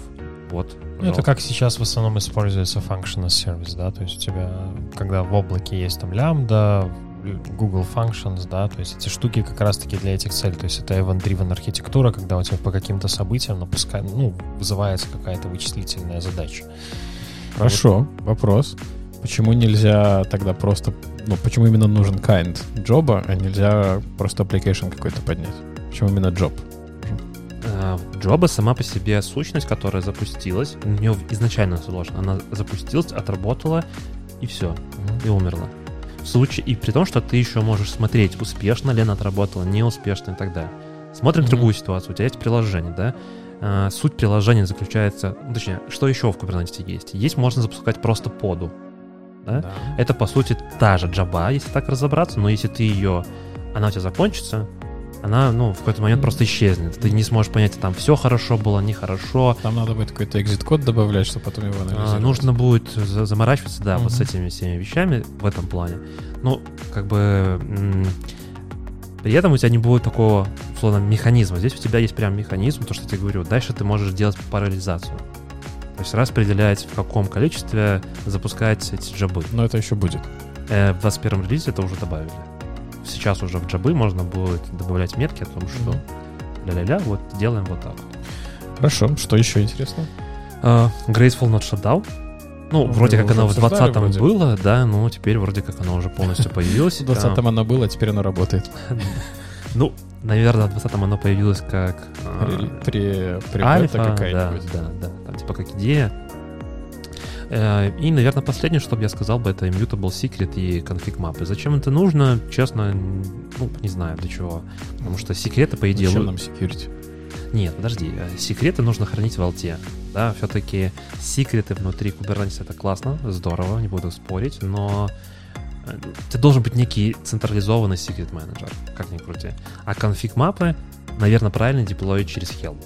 [SPEAKER 1] Вот.
[SPEAKER 2] Ну, это
[SPEAKER 1] пожалуйста.
[SPEAKER 2] как сейчас в основном используется function as service, да, то есть у тебя, когда в облаке есть там лямбда, Google Functions, да, то есть эти штуки как раз-таки для этих целей, то есть это event-driven архитектура, когда у тебя по каким-то событиям напускай, ну, вызывается какая-то вычислительная задача.
[SPEAKER 3] Хорошо, вопрос. Почему нельзя тогда просто... Ну, почему именно нужен kind джоба, а нельзя просто application какой-то поднять? Почему именно джоб?
[SPEAKER 1] Э, Джоба сама по себе сущность, которая запустилась, у нее изначально сложно. Она запустилась, отработала и все, и умерла. В случае, и при том, что ты еще можешь смотреть, успешно ли она отработала, неуспешно и так далее. Смотрим
[SPEAKER 2] Мгм.
[SPEAKER 1] другую ситуацию. У тебя есть приложение, да? Э, Суть приложения заключается, ну, точнее, что еще в Kubernetes есть? Есть можно запускать просто поду. Да? Это, по сути, та же джаба, если так разобраться, но если ты ее, она у тебя закончится, она, ну, в какой-то момент просто исчезнет. Ты не сможешь понять, там все хорошо было, нехорошо.
[SPEAKER 3] Там надо будет какой-то экзит-код добавлять, чтобы потом его
[SPEAKER 1] А,
[SPEAKER 3] анализировать.
[SPEAKER 1] Нужно будет за- заморачиваться, да, вот с
[SPEAKER 2] Мгм.
[SPEAKER 1] этими всеми вещами в этом плане. Ну, как бы м, при этом у тебя не будет такого, условно, механизма. Здесь у тебя есть прям механизм, то, что я тебе говорю. Дальше ты можешь делать парализацию. То есть распределять, в каком количестве запускать эти джабы.
[SPEAKER 3] Но это еще будет.
[SPEAKER 1] Э, В 21 релизе это уже добавили. Сейчас уже в джабы можно будет добавлять метки о том, что ля-ля-ля, вот делаем вот так. вот.
[SPEAKER 3] Хорошо, что еще интересно?
[SPEAKER 1] Э, Graceful Not Shutdown. Ну,
[SPEAKER 3] Ну,
[SPEAKER 1] вроде
[SPEAKER 3] мы
[SPEAKER 1] как
[SPEAKER 3] уже
[SPEAKER 1] оно в
[SPEAKER 3] обсуждали
[SPEAKER 1] 20-м
[SPEAKER 3] вроде.
[SPEAKER 1] было, да, но теперь вроде как оно уже полностью появилось.
[SPEAKER 3] В 20-м
[SPEAKER 1] Там,
[SPEAKER 3] она была, а теперь она работает.
[SPEAKER 1] Ну, наверное, в 20-м оно появилось как э,
[SPEAKER 3] При, при, при бета
[SPEAKER 1] альфа, да,
[SPEAKER 3] какая-нибудь.
[SPEAKER 1] да, да, там типа как идея. Э, И, наверное, последнее, что бы я сказал бы, это Immutable Secret и конфиг мапы. Зачем это нужно, честно, н- ну, не знаю для чего. Потому что секреты, по идее,
[SPEAKER 3] Зачем
[SPEAKER 1] лу-
[SPEAKER 3] нам security?
[SPEAKER 1] Нет, подожди, э, секреты нужно хранить в алте. Да, все-таки секреты внутри Kubernetes это классно, здорово, не буду спорить, но э, ты должен быть некий централизованный секрет менеджер, как ни крути. А конфиг мапы наверное, правильно деплоить через Helm.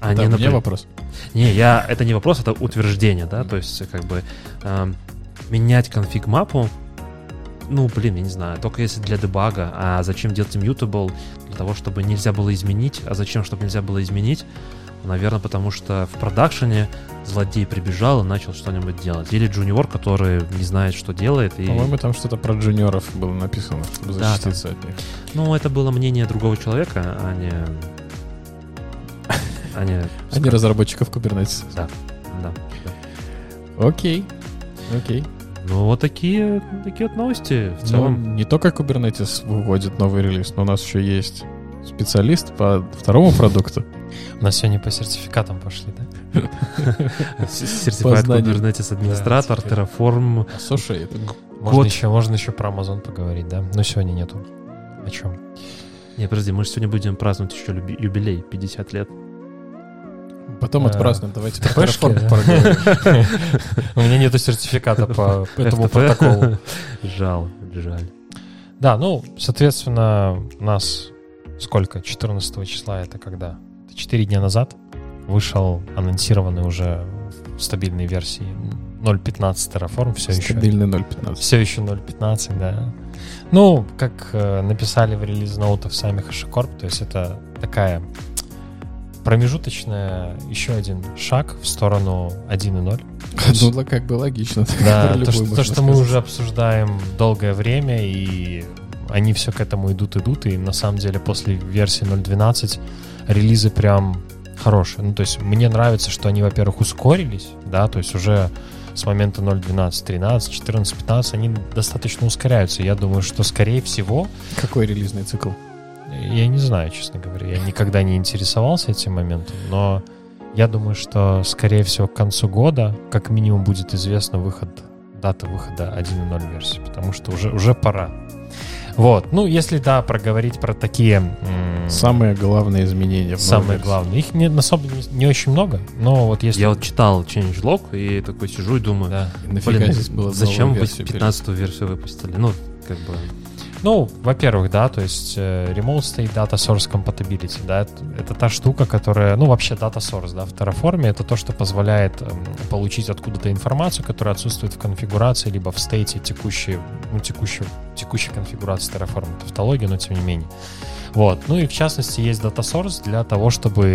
[SPEAKER 1] А
[SPEAKER 3] Это
[SPEAKER 1] не,
[SPEAKER 3] мне
[SPEAKER 1] напря-
[SPEAKER 3] вопрос.
[SPEAKER 1] не, я это не вопрос, это утверждение, да, то есть как бы эм, менять конфиг мапу, ну, блин, я не знаю, только если для дебага, а зачем делать immutable для того, чтобы нельзя было изменить, а зачем, чтобы нельзя было изменить? Наверное, потому что в продакшене злодей прибежал и начал что-нибудь делать. Или джуниор, который не знает, что делает. И...
[SPEAKER 3] По-моему, там что-то про джуниоров было написано, чтобы
[SPEAKER 1] Да,
[SPEAKER 3] защититься от них.
[SPEAKER 1] Ну, это было мнение другого человека, а не... А не...
[SPEAKER 3] А не разработчиков Kubernetes.
[SPEAKER 1] Да.
[SPEAKER 3] Окей. Окей.
[SPEAKER 1] Ну, вот такие, такие вот новости в целом.
[SPEAKER 3] Ну, не только Kubernetes выводит новый релиз, но у нас еще есть специалист по второму продукту.
[SPEAKER 2] У нас сегодня по сертификатам пошли, да?
[SPEAKER 1] Сертификат
[SPEAKER 3] Познание.
[SPEAKER 1] Kubernetes администратор,
[SPEAKER 2] теперь.
[SPEAKER 1] Terraform.
[SPEAKER 3] Слушай,
[SPEAKER 2] Можно
[SPEAKER 1] Год.
[SPEAKER 2] еще, можно еще про Amazon поговорить, да? Но сегодня нету. О чем?
[SPEAKER 1] Не, подожди, мы же сегодня будем праздновать еще люби- юбилей, 50 лет.
[SPEAKER 3] потом
[SPEAKER 2] Э,
[SPEAKER 3] отпразднуем. Давайте про
[SPEAKER 2] ТПшке,
[SPEAKER 3] Terraform
[SPEAKER 2] да?
[SPEAKER 3] поговорим.
[SPEAKER 2] У меня нету сертификата по этому
[SPEAKER 1] FTP.
[SPEAKER 2] протоколу.
[SPEAKER 1] Жаль, жаль.
[SPEAKER 2] Да, ну, соответственно, у нас сколько? 14 числа это когда? Это 4 дня назад вышел анонсированный уже в стабильной версии 0.15 Terraform, все еще.
[SPEAKER 3] Стабильный 0.15.
[SPEAKER 2] Все еще 0.15, да. Ну, как э, написали в релиз ноутах сами HashiCorp, то есть это такая промежуточная еще один шаг в сторону 1.0.
[SPEAKER 3] Ну, л- как бы логично.
[SPEAKER 2] Да,
[SPEAKER 3] Про любую
[SPEAKER 2] то, что, то,
[SPEAKER 3] можно
[SPEAKER 2] что мы
[SPEAKER 3] сказать.
[SPEAKER 2] уже обсуждаем долгое время, и они все к этому идут, идут, и на самом деле после версии 0.12 релизы прям хорошие. Ну, то есть мне нравится, что они, во-первых, ускорились, да, то есть уже с момента 0.12, 13, 14, 15 они достаточно ускоряются. Я думаю, что, скорее всего,
[SPEAKER 3] Какой релизный цикл?
[SPEAKER 2] я не знаю, честно говоря, я никогда не интересовался этим моментом, но я думаю, что, скорее всего, к концу года как минимум будет известна выход, дата выхода 1.0 версии, потому что уже, уже пора. Вот, ну, если, да, проговорить про такие... м,
[SPEAKER 3] Самые главные изменения. в новой
[SPEAKER 2] самые
[SPEAKER 3] версии.
[SPEAKER 2] главные. Их не, особо не, не очень много, но вот если...
[SPEAKER 1] Я вот читал changelog и такой сижу и думаю,
[SPEAKER 2] Да.
[SPEAKER 3] Нафига
[SPEAKER 1] блин,
[SPEAKER 3] здесь было
[SPEAKER 1] зачем
[SPEAKER 3] новую
[SPEAKER 1] вы
[SPEAKER 3] версию
[SPEAKER 1] 15-ю версию выпустили? Ну, как бы...
[SPEAKER 2] Ну, во-первых, да, то есть э, Remote State Data Source Compatibility, да, это, это та штука, которая, ну, вообще Data Source, да, в Terraform, это то, что позволяет эм, получить откуда-то информацию, которая отсутствует в конфигурации, либо в стейте текущей, ну, текущей, текущей конфигурации Terraform, это тавтология, но тем не менее. Вот, ну и в частности есть Data Source для того, чтобы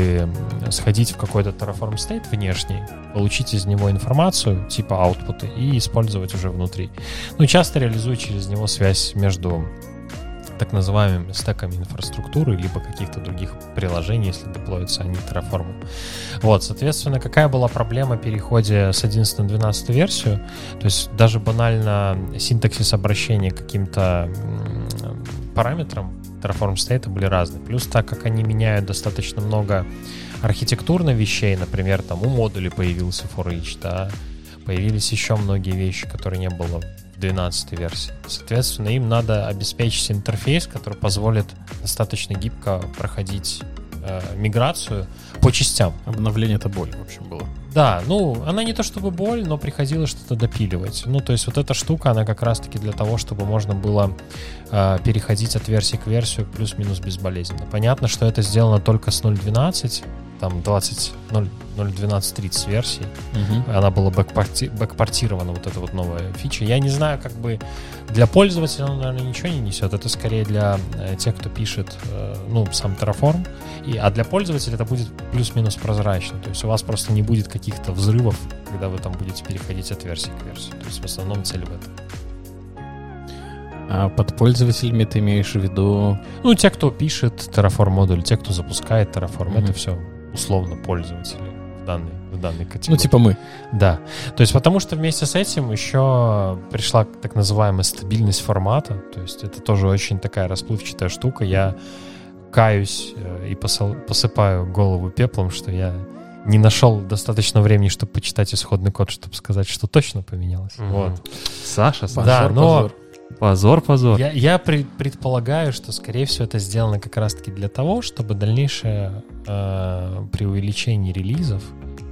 [SPEAKER 2] м, сходить в какой-то Terraform State внешний, получить из него информацию, типа аутпуты, и использовать уже внутри. Ну, часто реализует через него связь между так называемыми стеками инфраструктуры, либо каких-то других приложений, если деплоятся они Terraform. Вот, соответственно, какая была проблема переходе с 11 на 12 версию? То есть даже банально синтаксис обращения к каким-то м, параметрам Terraform State были разные. Плюс так как они меняют достаточно много архитектурно вещей, например, там у модулей появился for each, да, появились еще многие вещи, которые не было в 12 версии. Соответственно, им надо обеспечить интерфейс, который позволит достаточно гибко проходить э, миграцию по частям.
[SPEAKER 3] Обновление это боль, в общем, было.
[SPEAKER 2] Да, ну, она не то чтобы боль, но приходилось что-то допиливать. Ну, то есть вот эта штука, она как раз-таки для того, чтобы можно было э, переходить от версии к версию плюс-минус безболезненно. Понятно, что это сделано только с 0.12, там 20, 0.12.30 версий. Она была бэкпорти- бэкпортирована, вот эта вот новая фича. Я не знаю, как бы для пользователя она, наверное, ничего не несет. Это скорее для э, тех, кто пишет, э, ну, сам Terraform. И, а для пользователя это будет плюс-минус прозрачно. То есть у вас просто не будет каких-то взрывов, когда вы там будете переходить от версии к версии. То есть в основном цель в этом.
[SPEAKER 3] А под пользователями ты имеешь в виду...
[SPEAKER 2] Ну, те, кто пишет Terraform модуль, те, кто запускает Terraform,
[SPEAKER 3] Мгм.
[SPEAKER 2] это все условно пользователи в данной, в данной категории.
[SPEAKER 3] Ну, типа мы.
[SPEAKER 2] Да. То есть потому что вместе с этим еще пришла так называемая стабильность формата. То есть это тоже очень такая расплывчатая штука. Я каюсь э, и посыл- посыпаю голову пеплом, что я не нашел достаточно времени, чтобы почитать исходный код, чтобы сказать, что точно поменялось.
[SPEAKER 1] Мгм.
[SPEAKER 2] Вот.
[SPEAKER 1] Саша,
[SPEAKER 2] Да,
[SPEAKER 1] Саша,
[SPEAKER 3] Позор,
[SPEAKER 2] но-
[SPEAKER 3] позор.
[SPEAKER 1] позор, позор.
[SPEAKER 2] Я, я пред- предполагаю, что, скорее всего, это сделано как раз-таки для того, чтобы дальнейшее э, при увеличении релизов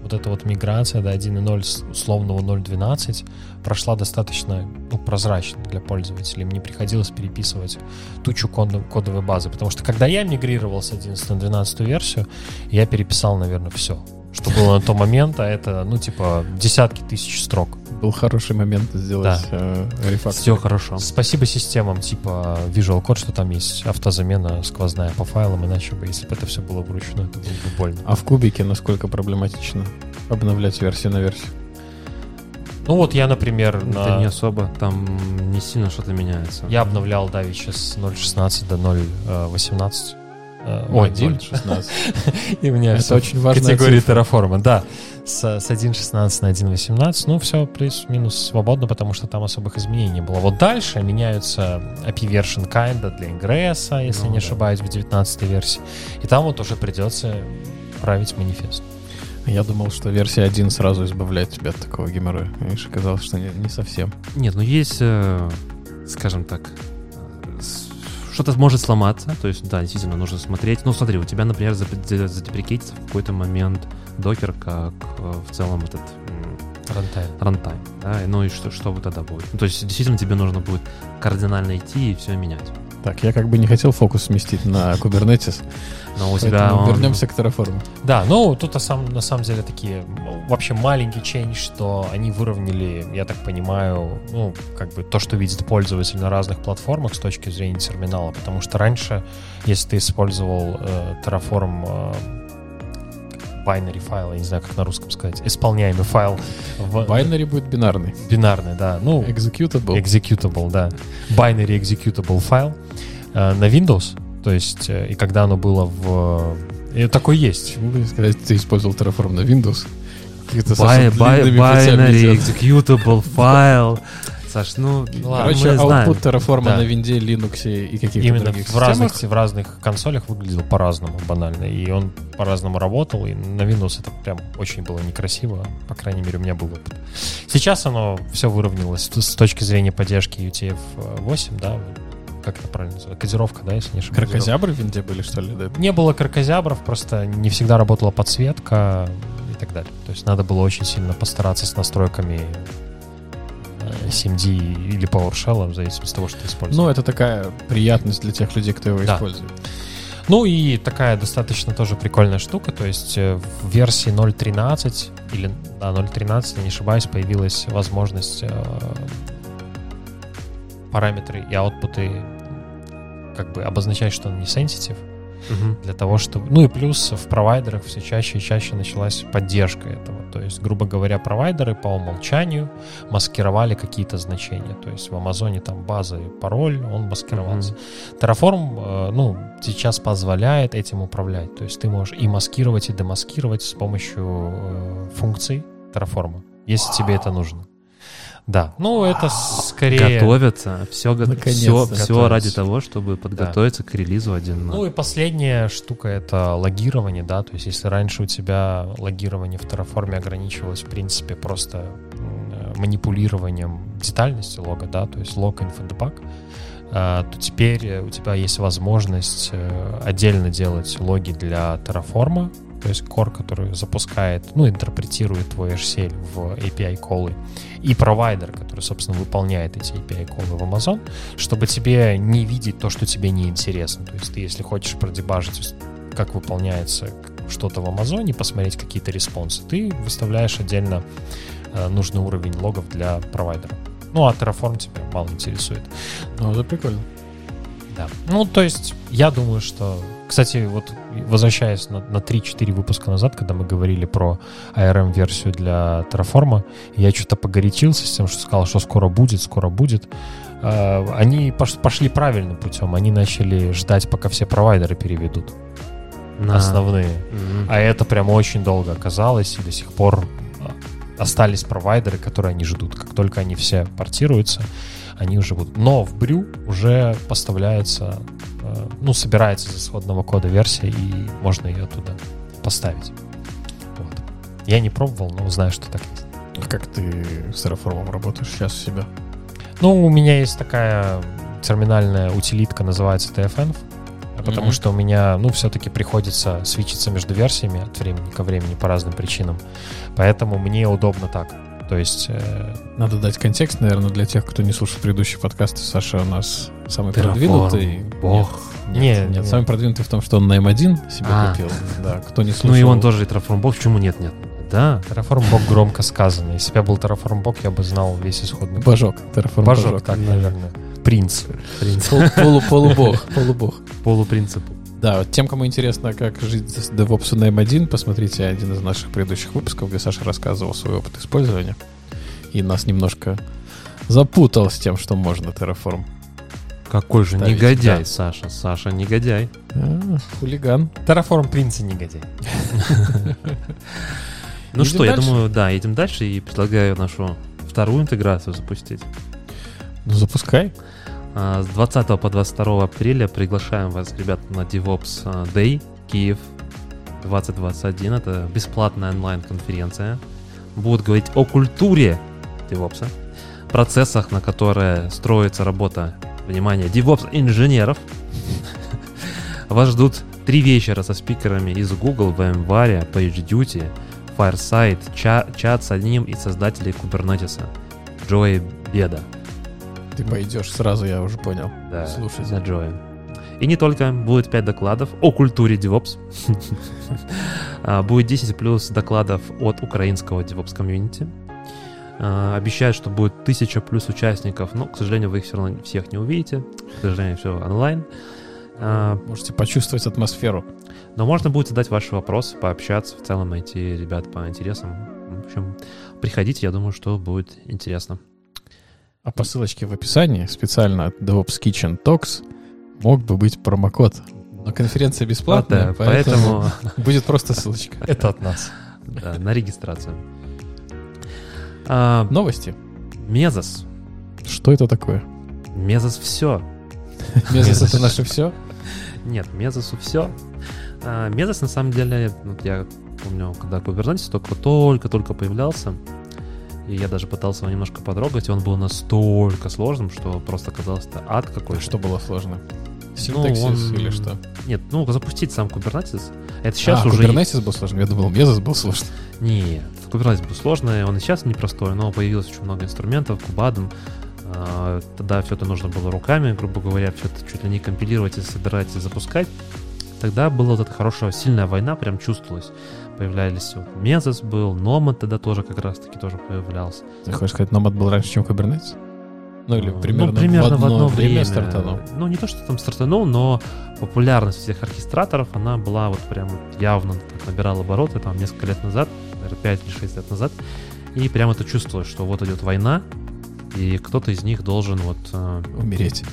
[SPEAKER 2] вот эта вот миграция до 1.0 с условного 0.12 прошла достаточно ну, прозрачно для пользователей. Мне приходилось переписывать тучу кодов- кодовой базы, потому что когда я мигрировал с 11 на 12 версию, я переписал, наверное, все, что было на тот момент, а это, ну, типа, десятки тысяч строк.
[SPEAKER 3] Был хороший момент сделать э, рефакторинг.
[SPEAKER 1] Все хорошо.
[SPEAKER 2] Спасибо системам типа Visual Code, что там есть автозамена сквозная по файлам, иначе бы, если бы это все было вручную, это было бы больно.
[SPEAKER 3] А в кубике насколько проблематично обновлять версию на версию?
[SPEAKER 2] Ну вот я, например,
[SPEAKER 1] Это
[SPEAKER 2] на-
[SPEAKER 1] не особо, там не сильно что-то меняется.
[SPEAKER 2] я обновлял давеча с 0.16 до 0.18. Э,
[SPEAKER 3] Ой,
[SPEAKER 2] Ой,
[SPEAKER 3] 1.16.
[SPEAKER 2] И у меня
[SPEAKER 3] Это
[SPEAKER 2] всё
[SPEAKER 3] очень
[SPEAKER 2] в
[SPEAKER 3] важно.
[SPEAKER 2] категории Terraform, да. С, с 1.16 на 1.18, ну все плюс-минус свободно, потому что там особых изменений не было. Вот дальше меняются API version kinda для ингресса, если
[SPEAKER 1] Ну
[SPEAKER 2] не
[SPEAKER 1] да.
[SPEAKER 2] ошибаюсь, в 19 версии. И там вот уже придется править манифест.
[SPEAKER 3] Я думал, что версия 1 сразу избавляет тебя от такого геморроя. Видишь, оказалось, что не, не совсем.
[SPEAKER 1] Нет, ну есть, э, скажем так, э, с- что-то может сломаться, то есть, да, действительно, нужно смотреть. Ну, смотри, у тебя, например, зап- за- задеприкейтится в какой-то момент докер, как э, в целом этот м,
[SPEAKER 2] Runtime.
[SPEAKER 1] рантайм, да, и ну и что, что вот тогда будет? Ну, то есть, действительно, тебе нужно будет кардинально идти и все менять.
[SPEAKER 3] Так, я как бы не хотел фокус сместить на Kubernetes.
[SPEAKER 1] Но у тебя...
[SPEAKER 3] Поэтому
[SPEAKER 1] он-
[SPEAKER 3] вернемся к Terraform.
[SPEAKER 2] Да, ну тут на самом, на самом деле такие м, вообще маленький change, что они выровняли, я так понимаю, ну, как бы то, что видит пользователь на разных платформах с точки зрения терминала. Потому что раньше, если ты использовал э, Terraform э, binary файл, я не знаю, как на русском сказать, исполняемый файл в
[SPEAKER 3] Binary будет бинарный.
[SPEAKER 2] бинарный, да, ну,
[SPEAKER 3] Executable.
[SPEAKER 2] executable, да. Binary executable файл э, на Windows. То есть, э, и когда оно было в... э, такое есть.
[SPEAKER 3] Почему бы не сказать, ты использовал Terraform на Windows? Какие-то
[SPEAKER 1] Бай-
[SPEAKER 3] совсем
[SPEAKER 1] бай-
[SPEAKER 3] длинными путями
[SPEAKER 1] Binary
[SPEAKER 3] идет.
[SPEAKER 1] executable файл. Саш, ну,
[SPEAKER 2] Ладно.
[SPEAKER 3] Короче,
[SPEAKER 1] мы знаем.
[SPEAKER 3] аутпут Terraform
[SPEAKER 2] Да.
[SPEAKER 3] на Винде, Linux и каких-то
[SPEAKER 2] Именно
[SPEAKER 3] других
[SPEAKER 2] в разных,
[SPEAKER 3] системах.
[SPEAKER 2] в разных консолях выглядел по-разному, банально. И он по-разному работал, и на Windows это прям очень было некрасиво. По крайней мере, у меня был опыт. Сейчас оно все выровнялось с с точки зрения поддержки UTF-8, да, как это правильно называется? Кодировка, да, если не ошибаюсь.
[SPEAKER 3] Кракозябры в Винде были, что ли? да?
[SPEAKER 2] Не было кракозябров, просто не всегда работала подсветка и так далее. То есть надо было очень сильно постараться с настройками э, CMD или PowerShell, в зависимости от того, что ты используешь.
[SPEAKER 3] Ну, это такая приятность для тех людей, кто его
[SPEAKER 2] Да.
[SPEAKER 3] использует.
[SPEAKER 2] Ну и такая достаточно тоже прикольная штука, то есть э, в версии 0.13 или да, 0.13, я не ошибаюсь, появилась возможность э, параметры и аутпуты как бы обозначать, что он не sensitive,
[SPEAKER 1] Мгм.
[SPEAKER 2] для того, чтобы... Ну и плюс в провайдерах все чаще и чаще началась поддержка этого. То есть, грубо говоря, провайдеры по умолчанию маскировали какие-то значения. То есть в Амазоне там база и пароль, он маскировался. Terraform, э, ну, сейчас позволяет этим управлять. То есть ты можешь и маскировать, и демаскировать с помощью э, функций Terraform, если тебе это нужно. Да, ну это скорее...
[SPEAKER 1] Готовятся, все, все,
[SPEAKER 3] Наконец-то.
[SPEAKER 1] все ради
[SPEAKER 2] Готовятся.
[SPEAKER 1] того, чтобы подготовиться к релизу 1.0.
[SPEAKER 2] Ну и последняя штука — это логирование, да, то есть если раньше у тебя логирование в Terraform ограничивалось, в принципе, просто м, э, манипулированием детальности лога, да, то есть лог, инфо, дебаг, э, то теперь э, у тебя есть возможность э, отдельно делать логи для Terraform, то есть core, который запускает, ну, интерпретирует твой HCL в API-колы, и провайдер, который, собственно, выполняет эти API-колы в Amazon, чтобы тебе не видеть то, что тебе не интересно. То есть ты, если хочешь продебажить, как выполняется что-то в Амазоне, посмотреть какие-то респонсы, ты выставляешь отдельно э, нужный уровень логов для провайдера. Ну, а Terraform тебя мало интересует.
[SPEAKER 3] Ну, это прикольно.
[SPEAKER 2] Да. Ну, то есть, я думаю, что... Кстати, вот возвращаясь на, на 3-4 выпуска назад, когда мы говорили про ARM-версию для Terraform, я что-то погорячился с тем, что сказал, что скоро будет, скоро будет. Э, Они пош- пошли правильным путем. Они начали ждать, пока все провайдеры переведут.
[SPEAKER 1] На-
[SPEAKER 2] Основные.
[SPEAKER 1] Мгм.
[SPEAKER 2] А это прям очень долго оказалось, и до сих пор э, остались провайдеры, которые они ждут. Как только они все портируются, они уже будут. Но в брю уже поставляется, э, ну, собирается из исходного кода версия, и можно ее туда поставить. Вот. Я не пробовал, но знаю, что так есть.
[SPEAKER 3] А как ты с Terraform работаешь сейчас у себя?
[SPEAKER 2] Ну, у меня есть такая терминальная утилитка, называется TFN. потому
[SPEAKER 3] Мгм.
[SPEAKER 2] что у меня, ну, все-таки приходится свечиться между версиями от времени ко времени по разным причинам. Поэтому мне удобно так. То есть э,
[SPEAKER 3] Надо дать контекст, наверное, для тех, кто не слушал предыдущие подкасты. Саша у нас самый продвинутый.
[SPEAKER 1] Бог.
[SPEAKER 3] Нет,
[SPEAKER 2] Не,
[SPEAKER 3] нет,
[SPEAKER 2] не.
[SPEAKER 3] самый продвинутый в том, что он на М1 себе
[SPEAKER 1] А.
[SPEAKER 3] купил. Да, кто не слушал.
[SPEAKER 1] Ну и он тоже и Terraform Бог. Почему нет? Нет. Да.
[SPEAKER 2] Terraformbok громко сказано. Если бы я был Terraformbok, я бы знал весь исходный код.
[SPEAKER 3] Божок. Terraform
[SPEAKER 2] Божок, так,
[SPEAKER 3] Я-
[SPEAKER 2] наверное. Принц.
[SPEAKER 3] Пол- полу- Полубог. Полубог.
[SPEAKER 1] Полупринцип.
[SPEAKER 3] Да, вот тем, кому интересно, как жить с DevOps на M1, посмотрите один из наших предыдущих выпусков, где Саша рассказывал свой опыт использования. И нас немножко запутал с тем, что можно Terraform.
[SPEAKER 1] Какой же
[SPEAKER 3] Ставить,
[SPEAKER 1] негодяй,
[SPEAKER 3] да.
[SPEAKER 1] Саша. Саша негодяй.
[SPEAKER 3] А, хулиган.
[SPEAKER 2] Terraform принца негодяй.
[SPEAKER 1] Ну
[SPEAKER 3] Идем
[SPEAKER 1] что, я
[SPEAKER 3] дальше?
[SPEAKER 1] думаю, да, идем дальше и предлагаю нашу вторую интеграцию запустить.
[SPEAKER 3] Ну, запускай.
[SPEAKER 1] А, С 20 по 22 апреля приглашаем вас, ребят, на DevOps а, Day Киев 2021. Это бесплатная онлайн-конференция. Будут говорить о культуре DevOps, процессах, на которые строится работа, внимание, DevOps-инженеров. Вас ждут три вечера со спикерами из Google, VMware, PagerDuty, Fireside, ча- чат с одним из создателей Kubernetes, Джои Беда.
[SPEAKER 3] Ты
[SPEAKER 1] Ну.
[SPEAKER 3] пойдешь сразу, я уже понял.
[SPEAKER 1] Да,
[SPEAKER 3] Слушайте.
[SPEAKER 1] на Джоя. И не только. Будет 5 докладов о культуре DevOps. А, Будет 10 плюс докладов от украинского DevOps комьюнити. А, Обещают, что будет 1000 плюс участников, но, к сожалению, вы их все равно всех не увидите. К сожалению, все онлайн. А,
[SPEAKER 3] Можете почувствовать атмосферу.
[SPEAKER 1] Но можно будет задать ваши вопросы, пообщаться, в целом найти ребят по интересам. В общем, приходите, я думаю, что будет интересно.
[SPEAKER 3] А по ссылочке в описании специально от DevOps Kitchen Talks мог бы быть промокод. Но конференция бесплатная,
[SPEAKER 1] Плата,
[SPEAKER 3] поэтому,
[SPEAKER 1] поэтому
[SPEAKER 3] будет просто ссылочка.
[SPEAKER 2] Это от нас.
[SPEAKER 1] да, на регистрацию. А,
[SPEAKER 3] Новости.
[SPEAKER 1] Мезос.
[SPEAKER 3] Что это такое?
[SPEAKER 1] Мезос все.
[SPEAKER 3] Мезос это наше все?
[SPEAKER 1] Нет, Мезосу все. Мезос, на самом деле, вот я помню, когда Kubernetes только-только-только появлялся, и я даже пытался его немножко потрогать, и он был настолько сложным, что просто казалось, это ад какой-то.
[SPEAKER 3] А Что было сложно?
[SPEAKER 1] Ну, он-
[SPEAKER 3] Синтаксис или что?
[SPEAKER 1] Нет, ну, запустить сам Kubernetes, это сейчас
[SPEAKER 3] а,
[SPEAKER 1] уже...
[SPEAKER 3] Kubernetes был сложным. Я думал, Мезос был сложным.
[SPEAKER 1] Нет, Kubernetes был сложный, он и сейчас непростой, но появилось очень много инструментов, кубадом. Тогда все это нужно было руками, грубо говоря, все это чуть ли не компилировать и собирать и запускать. Тогда была вот эта хорошая, сильная война, прям чувствовалась. Появлялись вот Мезос был, Нома тогда тоже как раз-таки тоже появлялся.
[SPEAKER 3] Ты хочешь сказать, Nomad был раньше, чем Kubernetes? Ну или
[SPEAKER 1] Ну,
[SPEAKER 3] примерно,
[SPEAKER 1] примерно
[SPEAKER 3] в одно время стартанул.
[SPEAKER 1] Ну, не то, что там стартанул, но популярность всех оркестраторов, она была вот прям вот явно так набирала обороты там несколько лет назад, наверное, 5 или 6 лет назад. И прям это чувствуешь, что вот идет война, и кто-то из них должен вот... э,
[SPEAKER 3] Умереть.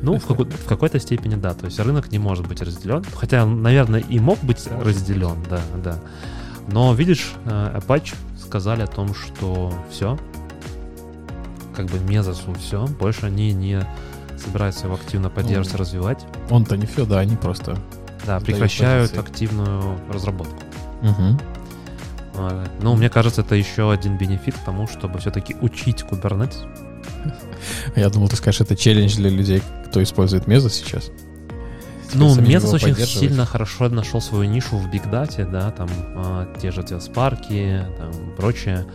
[SPEAKER 1] Ну, в, какой- в какой-то степени да. То есть рынок не может быть разделен. Хотя, он, наверное, и мог быть
[SPEAKER 3] Может
[SPEAKER 1] разделен, да, да. Но, видишь, э, Apache сказали о том, что все, как бы Мезосу все, больше они не собираются его активно поддерживать,
[SPEAKER 3] Ну,
[SPEAKER 1] развивать.
[SPEAKER 3] Он-то не все, да, они просто.
[SPEAKER 1] Да,
[SPEAKER 3] сдают
[SPEAKER 1] прекращают
[SPEAKER 3] позиции.
[SPEAKER 1] активную разработку.
[SPEAKER 3] Мгм.
[SPEAKER 1] А, Ну, мне кажется, это еще один бенефит к тому, чтобы все-таки учить Kubernetes.
[SPEAKER 3] Я думал, ты скажешь, это челлендж для людей, кто использует Мезос сейчас. Теперь
[SPEAKER 1] Ну,
[SPEAKER 3] самим
[SPEAKER 1] Мезос
[SPEAKER 3] его
[SPEAKER 1] очень
[SPEAKER 3] поддерживать.
[SPEAKER 1] сильно хорошо нашел свою нишу в бигдате, да, там а, те же спарки, там прочее,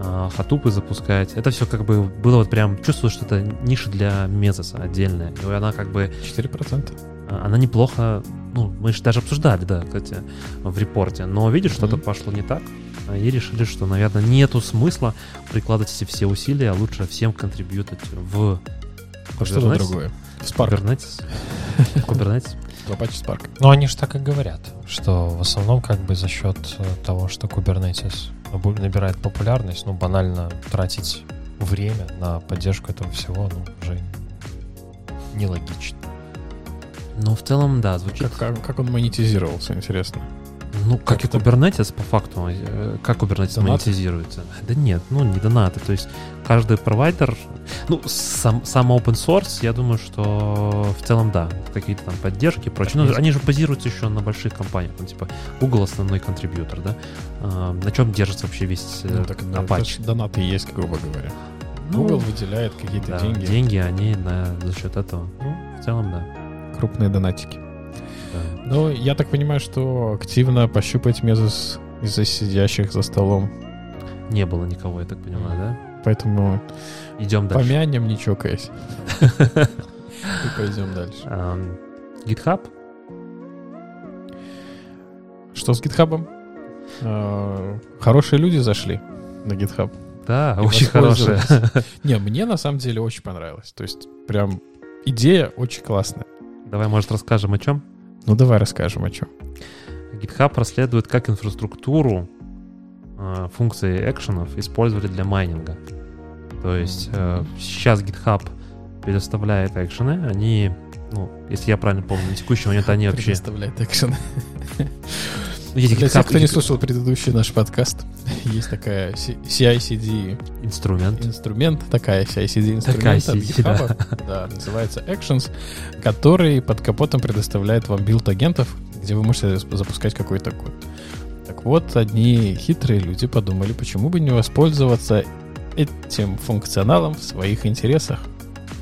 [SPEAKER 1] а, хатупы запускать. Это все как бы было вот прям, чувствую, что это ниша для Мезоса отдельная. И она как бы,
[SPEAKER 3] 4%.
[SPEAKER 1] а, она неплохо, ну, мы же даже обсуждали, да, кстати, в репорте. Но видишь, что-то
[SPEAKER 3] Мгм.
[SPEAKER 1] пошло не так, а, и решили, что, наверное, нету смысла прикладывать эти все усилия, а лучше всем контрибьютить в
[SPEAKER 3] Что-то
[SPEAKER 1] Kubernetes.
[SPEAKER 3] А другое. В Spark.
[SPEAKER 1] Kubernetes. В Kubernetes.
[SPEAKER 3] В Apache Spark.
[SPEAKER 2] Но Ну, они же так и говорят, что в основном как бы за счет э, того, что Kubernetes набу- набирает популярность, ну, банально тратить время на поддержку этого всего, ну, уже нелогично.
[SPEAKER 1] Ну, в целом, да, звучит.
[SPEAKER 3] Как, как- как он монетизировался, интересно.
[SPEAKER 1] Ну, как,
[SPEAKER 3] Как
[SPEAKER 1] и
[SPEAKER 3] это?
[SPEAKER 1] Kubernetes, по факту, э, как Kubernetes
[SPEAKER 3] Донаты?
[SPEAKER 1] монетизируется? Да нет, ну не донаты. То есть каждый провайдер, ну, сам, сам open source, я думаю, что в целом, да, какие-то там поддержки и прочее. Ну,
[SPEAKER 2] есть-
[SPEAKER 1] они же базируются еще на больших компаниях, ну, типа Google основной контрибьютор, да. А, на чем держится вообще весь э,
[SPEAKER 3] Ну, так, да, это ж
[SPEAKER 1] Apache?
[SPEAKER 3] донаты есть, грубо говоря.
[SPEAKER 1] Ну,
[SPEAKER 3] Google выделяет какие-то
[SPEAKER 1] да,
[SPEAKER 3] деньги.
[SPEAKER 1] деньги, они на, за счет этого. Ну, в целом, да.
[SPEAKER 3] Крупные донатики.
[SPEAKER 1] Да.
[SPEAKER 3] Ну, я так понимаю, что активно пощупать мезус из-за сидящих за столом.
[SPEAKER 1] Не было никого, я так понимаю,
[SPEAKER 3] Поэтому
[SPEAKER 1] да? Идем дальше.
[SPEAKER 3] помянем, не чокаясь. И пойдем дальше.
[SPEAKER 1] Эм, GitHub?
[SPEAKER 3] Что с гитхабом? Э, Хорошие люди зашли на гитхаб.
[SPEAKER 1] Да,
[SPEAKER 3] И
[SPEAKER 1] очень хорошая.
[SPEAKER 3] Не, мне на самом деле очень понравилось. То есть прям идея очень классная.
[SPEAKER 1] Давай, может, расскажем о чем?
[SPEAKER 3] Ну давай расскажем о чем.
[SPEAKER 1] GitHub расследует, как инфраструктуру э, функции экшенов использовали для майнинга. То есть э, сейчас GitHub предоставляет экшены, они, ну, если я правильно помню, на текущий момент они вообще...
[SPEAKER 3] Предоставляет экшен.
[SPEAKER 1] Ну, Есть
[SPEAKER 3] Для тех, кто не
[SPEAKER 1] GitHub
[SPEAKER 3] слушал предыдущий наш подкаст, есть такая C- CI-CD
[SPEAKER 1] инструмент.
[SPEAKER 3] инструмент, такая CI-CD
[SPEAKER 1] Такая
[SPEAKER 3] инструмент от
[SPEAKER 1] CI-CD,
[SPEAKER 3] GitHub, да, называется Actions, который под капотом предоставляет вам билд агентов, где вы можете запускать какой-то код. Так вот, одни хитрые люди подумали, почему бы не воспользоваться этим функционалом в своих интересах.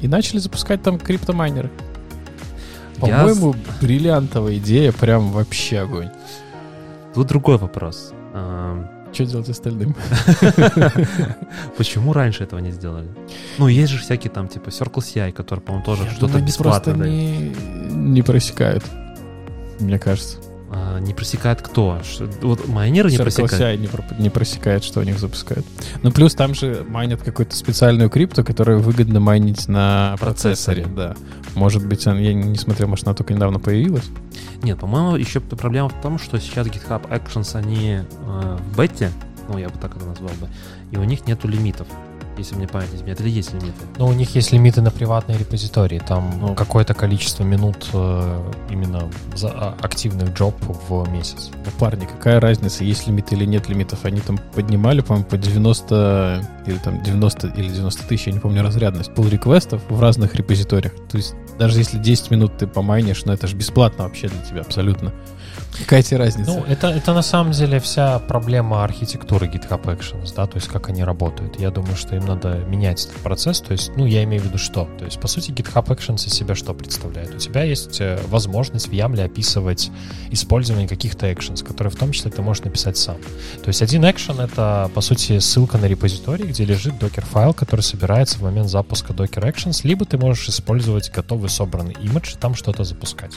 [SPEAKER 3] И начали запускать там криптомайнеры.
[SPEAKER 1] Я
[SPEAKER 3] По-моему, бриллиантовая идея, прям вообще огонь.
[SPEAKER 1] Тут другой вопрос. Эм,
[SPEAKER 3] Что делать остальным?
[SPEAKER 1] Почему раньше этого не сделали? Ну, есть же всякие там, типа, CircleCI, который, по-моему, тоже
[SPEAKER 3] Я
[SPEAKER 1] что-то
[SPEAKER 3] думаю, они
[SPEAKER 1] бесплатно
[SPEAKER 3] просто
[SPEAKER 1] дает.
[SPEAKER 3] не, не просекают, мне кажется.
[SPEAKER 1] А, Не просекает кто? Что- Вот майнеры Ну, не
[SPEAKER 3] Circle
[SPEAKER 1] просекают?
[SPEAKER 3] CI не, проп- не просекает, что у них запускают. Ну, плюс там же майнят какую-то специальную крипту, которую выгодно майнить на
[SPEAKER 1] Процессоре.
[SPEAKER 3] процессоре. Да. Может быть, он- я не смотрел, может, она только недавно появилась.
[SPEAKER 1] Нет, по-моему, еще п- проблема в том, что сейчас GitHub Actions, они э, в бете, ну, я бы так это назвал бы, и у них нету лимитов, если мне память не изменяет, или есть лимиты.
[SPEAKER 2] Но у них есть лимиты на приватные репозитории. Там
[SPEAKER 1] Ну.
[SPEAKER 2] какое-то количество минут э, именно за а, активных джоб в месяц.
[SPEAKER 3] Ну, парни, какая разница, есть лимит или нет лимитов? Они там поднимали, по-моему, по 90 или там 90 или 90 тысяч, я не помню, разрядность, пол реквестов в разных репозиториях. То есть даже если 10 минут ты помайнишь, ну это же бесплатно вообще для тебя абсолютно. Какая тебе разница?
[SPEAKER 2] Ну, это, это на самом деле вся проблема архитектуры GitHub Actions, да, то есть как они работают. Я думаю, что им надо менять этот процесс, то есть, ну, я имею в виду что? То есть, по сути, GitHub Actions из себя что представляет? У тебя есть э, возможность в YAML описывать использование каких-то actions, которые в том числе ты можешь написать сам. То есть один action — это, по сути, ссылка на репозиторий, где лежит докер-файл, который собирается в момент запуска Docker Actions, либо ты можешь использовать готовый собранный имидж и там что-то запускать.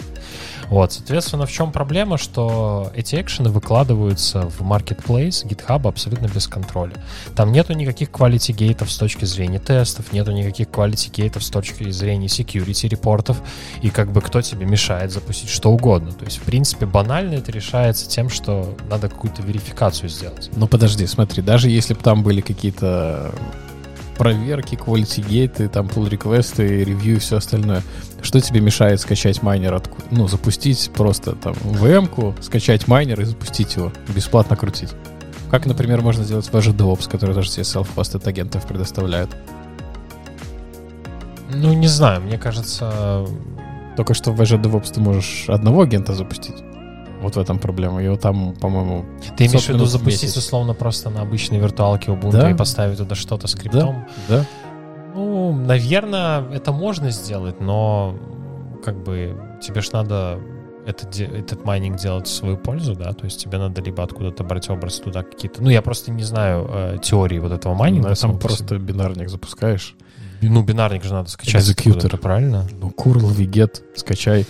[SPEAKER 2] Вот, соответственно, в чем проблема, что эти экшены выкладываются в marketplace GitHub абсолютно без контроля. Там нету никаких quality гейтов с точки зрения тестов, нету никаких quality гейтов с точки зрения security репортов, и как бы кто тебе мешает запустить что угодно. То есть, в принципе, банально это решается тем, что надо какую-то верификацию сделать.
[SPEAKER 3] Ну подожди, смотри, даже если бы там были какие-то проверки, quality гейты, там pull реквесты, ревью и все остальное, что тебе мешает скачать майнер откуда? Ну, запустить просто там VM-ку, скачать майнер и запустить его, бесплатно крутить. Как, например, можно сделать в Azure DevOps, который даже тебе self-hosted агентов предоставляет.
[SPEAKER 2] Ну, не знаю, мне кажется,
[SPEAKER 3] Только что в Azure DevOps ты можешь одного агента запустить. Вот в этом проблема. Его там, по-моему,
[SPEAKER 2] ты имеешь
[SPEAKER 3] 500
[SPEAKER 2] в виду
[SPEAKER 3] минут в
[SPEAKER 2] запустить,
[SPEAKER 3] месяц.
[SPEAKER 2] условно, просто на обычной виртуалке Ubuntu
[SPEAKER 3] Да.
[SPEAKER 2] и поставить туда что-то с криптом?
[SPEAKER 3] да?
[SPEAKER 2] Ну, наверное, это можно сделать, но как бы тебе ж надо это, де- этот майнинг делать в свою пользу, да, то есть тебе надо либо откуда-то брать образ туда какие-то. Ну, я просто не знаю э, теории вот этого майнинга.
[SPEAKER 3] Ну,
[SPEAKER 2] самого
[SPEAKER 3] Там
[SPEAKER 2] по себе.
[SPEAKER 3] просто бинарник запускаешь.
[SPEAKER 2] Ну, бинарник же надо скачать.
[SPEAKER 3] Экзекьютор.
[SPEAKER 2] откуда-то, правильно?
[SPEAKER 3] Ну, curl, вигет, скачай.